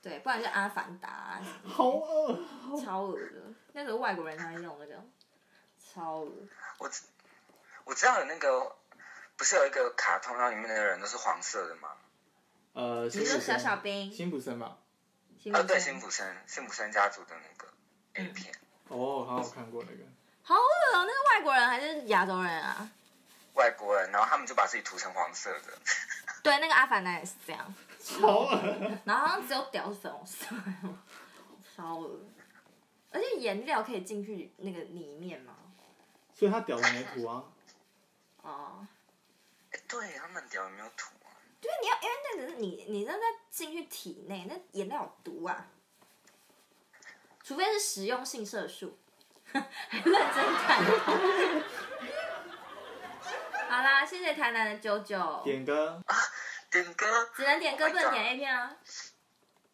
C: 对，不然就阿凡达、
B: 哦
C: 啊，
D: 好恶。
C: 超恶的。那时候外国人才会用那个，超恶。
B: 我知我知道有那个，不是有一个卡通，然后里面的人都是黄色的吗？
D: 呃，辛
C: 你
D: 普
C: 说
D: 森
C: 小小兵，
D: 辛普森吧？
C: 辛
B: 啊，
C: 普
B: 对，
C: 森
B: 辛普森，辛普森家族的那个 A
C: 嗯
B: 片，
D: 哦，好，我看过那个。
C: 好恶哦、那是外国人还是亚洲人啊？
B: 外国人，然后他们就把自己涂成黄色的。
C: 对，那个阿凡达也是这样，
D: 好恶。
C: 然后好像只有屌是粉红色，超恶。而且颜料可以进去那个里面吗？
D: 所以他屌的没涂啊，
C: 哦、
B: 哎，对他们屌有没有涂啊？
C: 对，你要因为那个是你你那在进去体内，那颜料有毒啊，除非是食用性色素。 认真看。 好啦，谢谢台南的九九，
D: 点歌。
B: 点歌，
C: 只能点歌不能点 A 片啊。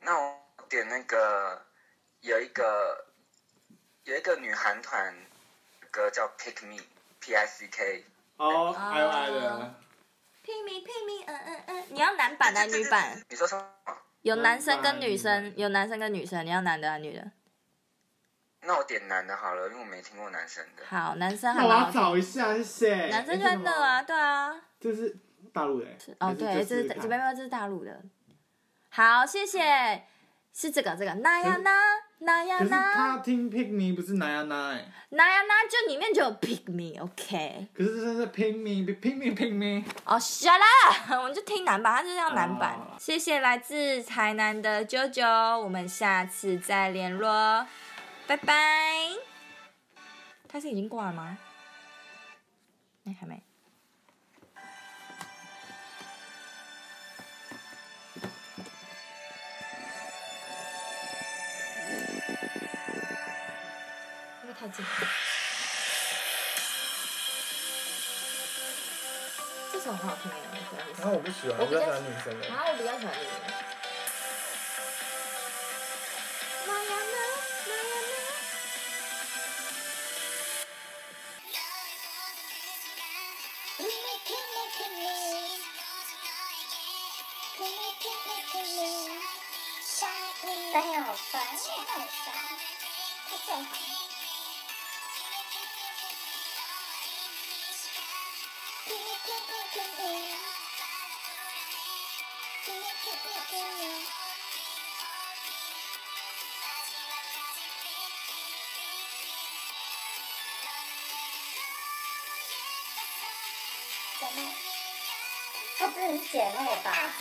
B: 那我点那个有一个有一个女韩团歌叫 Pick Me。P I C K，
D: 哦，哎呦哎的。
C: 拼命拼命，嗯嗯嗯，你要男版的还是女版？？
B: 你说什么？
C: 有男生跟女
D: 男
C: 生，
D: 版
C: 有男生跟女生，你要男的还是女的？
B: 那我点男的好了，因为我没听过男生的。
C: 好，男生
D: 那
C: 好
D: 我要
C: 了，
D: 找一下是谁？
C: 男生就在那
D: 哎
C: 啊，对啊。
D: 这是大陆的欸。
C: 哦，
D: 还
C: 对，这
D: 就试
C: 是
D: 试
C: 这
D: 看
C: 边这是大陆的。好，谢谢是这个这个那呀那那呀
F: 可是
C: 那
F: 他听 Pick Me 不是哪呀哪哎，
C: 那呀那，就里面就有 pick me，OK？、
F: 可是这是 Pick Me，Pick Me，Pick Me。
C: 哦、s h u t up！我们就 听男版，它就是要男版。
F: 哦
C: 谢谢来自台南的啾啾，我们下次再联络，拜拜。他是已经挂了吗？哎、还没。会不会太近？这首很好听哎，我喜欢这首。
F: 然后我不喜欢，我比较喜欢女生的。
C: 啊，我比较喜欢这个。
G: 哎呀，好烦，好烦，好烦。
H: 姐妹，她不是姐妹吧？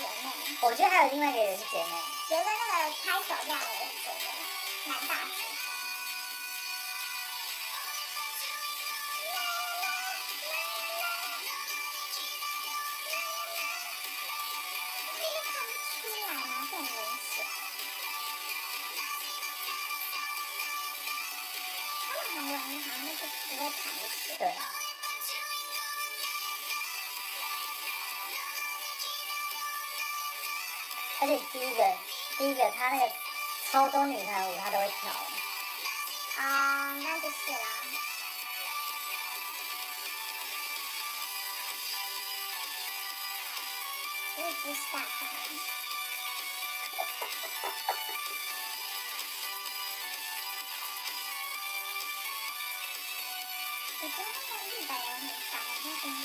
H: 我觉得还有另外一个人是姐妹。
G: 觉得那个拍手那个人觉得蛮大声。韩国人好像就是不会弹一些。
H: 对，而且第一个，第一个他那个超多女团舞，他都会跳。
G: 啊，那就是啦。我也不是大牌。我觉得那个日本人很少很像音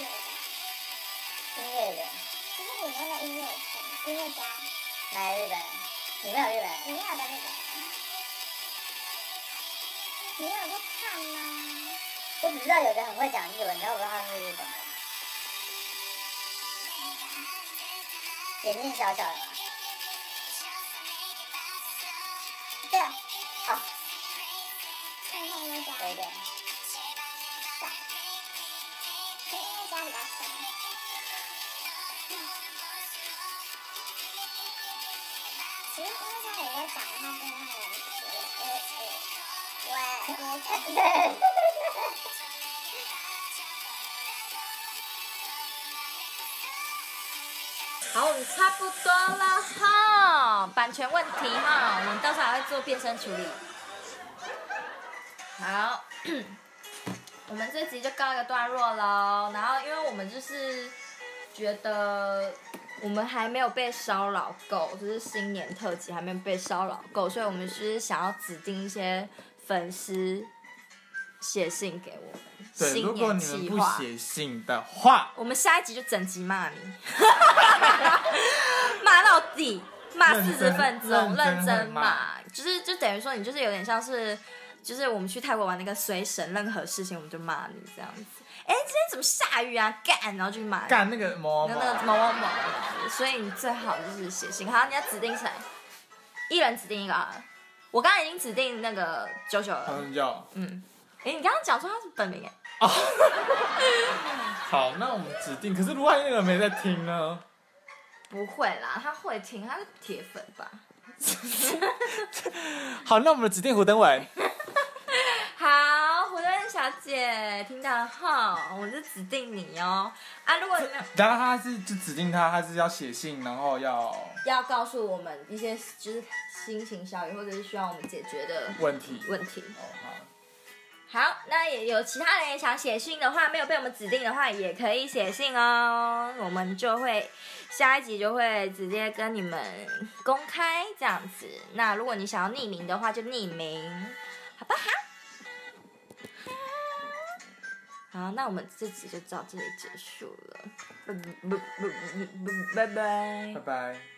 G: 乐
H: 音乐
G: 人，
H: 人，
G: 就是里面的音乐圈、音乐家，
H: 来日本，你没有日本
G: 没有的日本人。你有在看吗？
H: 我只知道有个很会讲日文，但我不知道他是日本人。眼睛小小的嘛，
G: 对，啊
H: 哦，
G: 看看音乐家。
H: 有一点。
G: 可以在家里边吃。其实因为像有些长得他真的很我我我我特别
C: 好，我们差不多了哈，版权问题哈，我们到时候还会做变声处理。好， 我们这集就告一个段落喽。然后，因为我们就是觉得我们还没有被骚扰够，就是新年特辑还没有被骚扰够，所以我们就是想要指定一些粉丝写信给我们。
D: 对，如
C: 新
D: 果
C: 年计
D: 你们不
C: 划。
D: 写信的话，
C: 我们下一集就整集骂你， 骂到底，骂四十分钟，
D: 认真
C: 认
D: 认真
C: 真
D: 会骂
C: 骂，就是就等于说你就是有点像是，就是我们去泰国玩那个随神，任何事情我们就骂你这样子。哎，今天怎么下雨啊？干，然后就去骂你，
D: 干那个某
C: 那
D: 某
C: 个某某某，所以你最好就是写信。好，你要指定谁？一人指定一个啊。我刚刚已经指定那个九九了。
D: 朋友。
C: 嗯，哎，你刚刚讲说他是本名哎。
D: 好，那我们指定。可是如果那个人没在听呢？
C: 不会啦，他会听，他是铁粉 吧？
D: 好，那我们指定胡登伟。
C: 好，胡丹小姐听到了哈，我就指定你哦。啊，如果你们
D: 然后他是就指定他，他是要写信，然后要哦
C: 要告诉我们一些就是新型小语，或者是需要我们解决的
D: 问题。
C: 问题。
D: 哦，好，
C: 好，那也有其他人也想写信的话，没有被我们指定的话，也可以写信哦。我们就会下一集就会直接跟你们公开这样子。那如果你想要匿名的话，就匿名，好不好？好，那我们这集嗯就到这里结束了，拜拜拜拜拜拜。
D: 拜拜。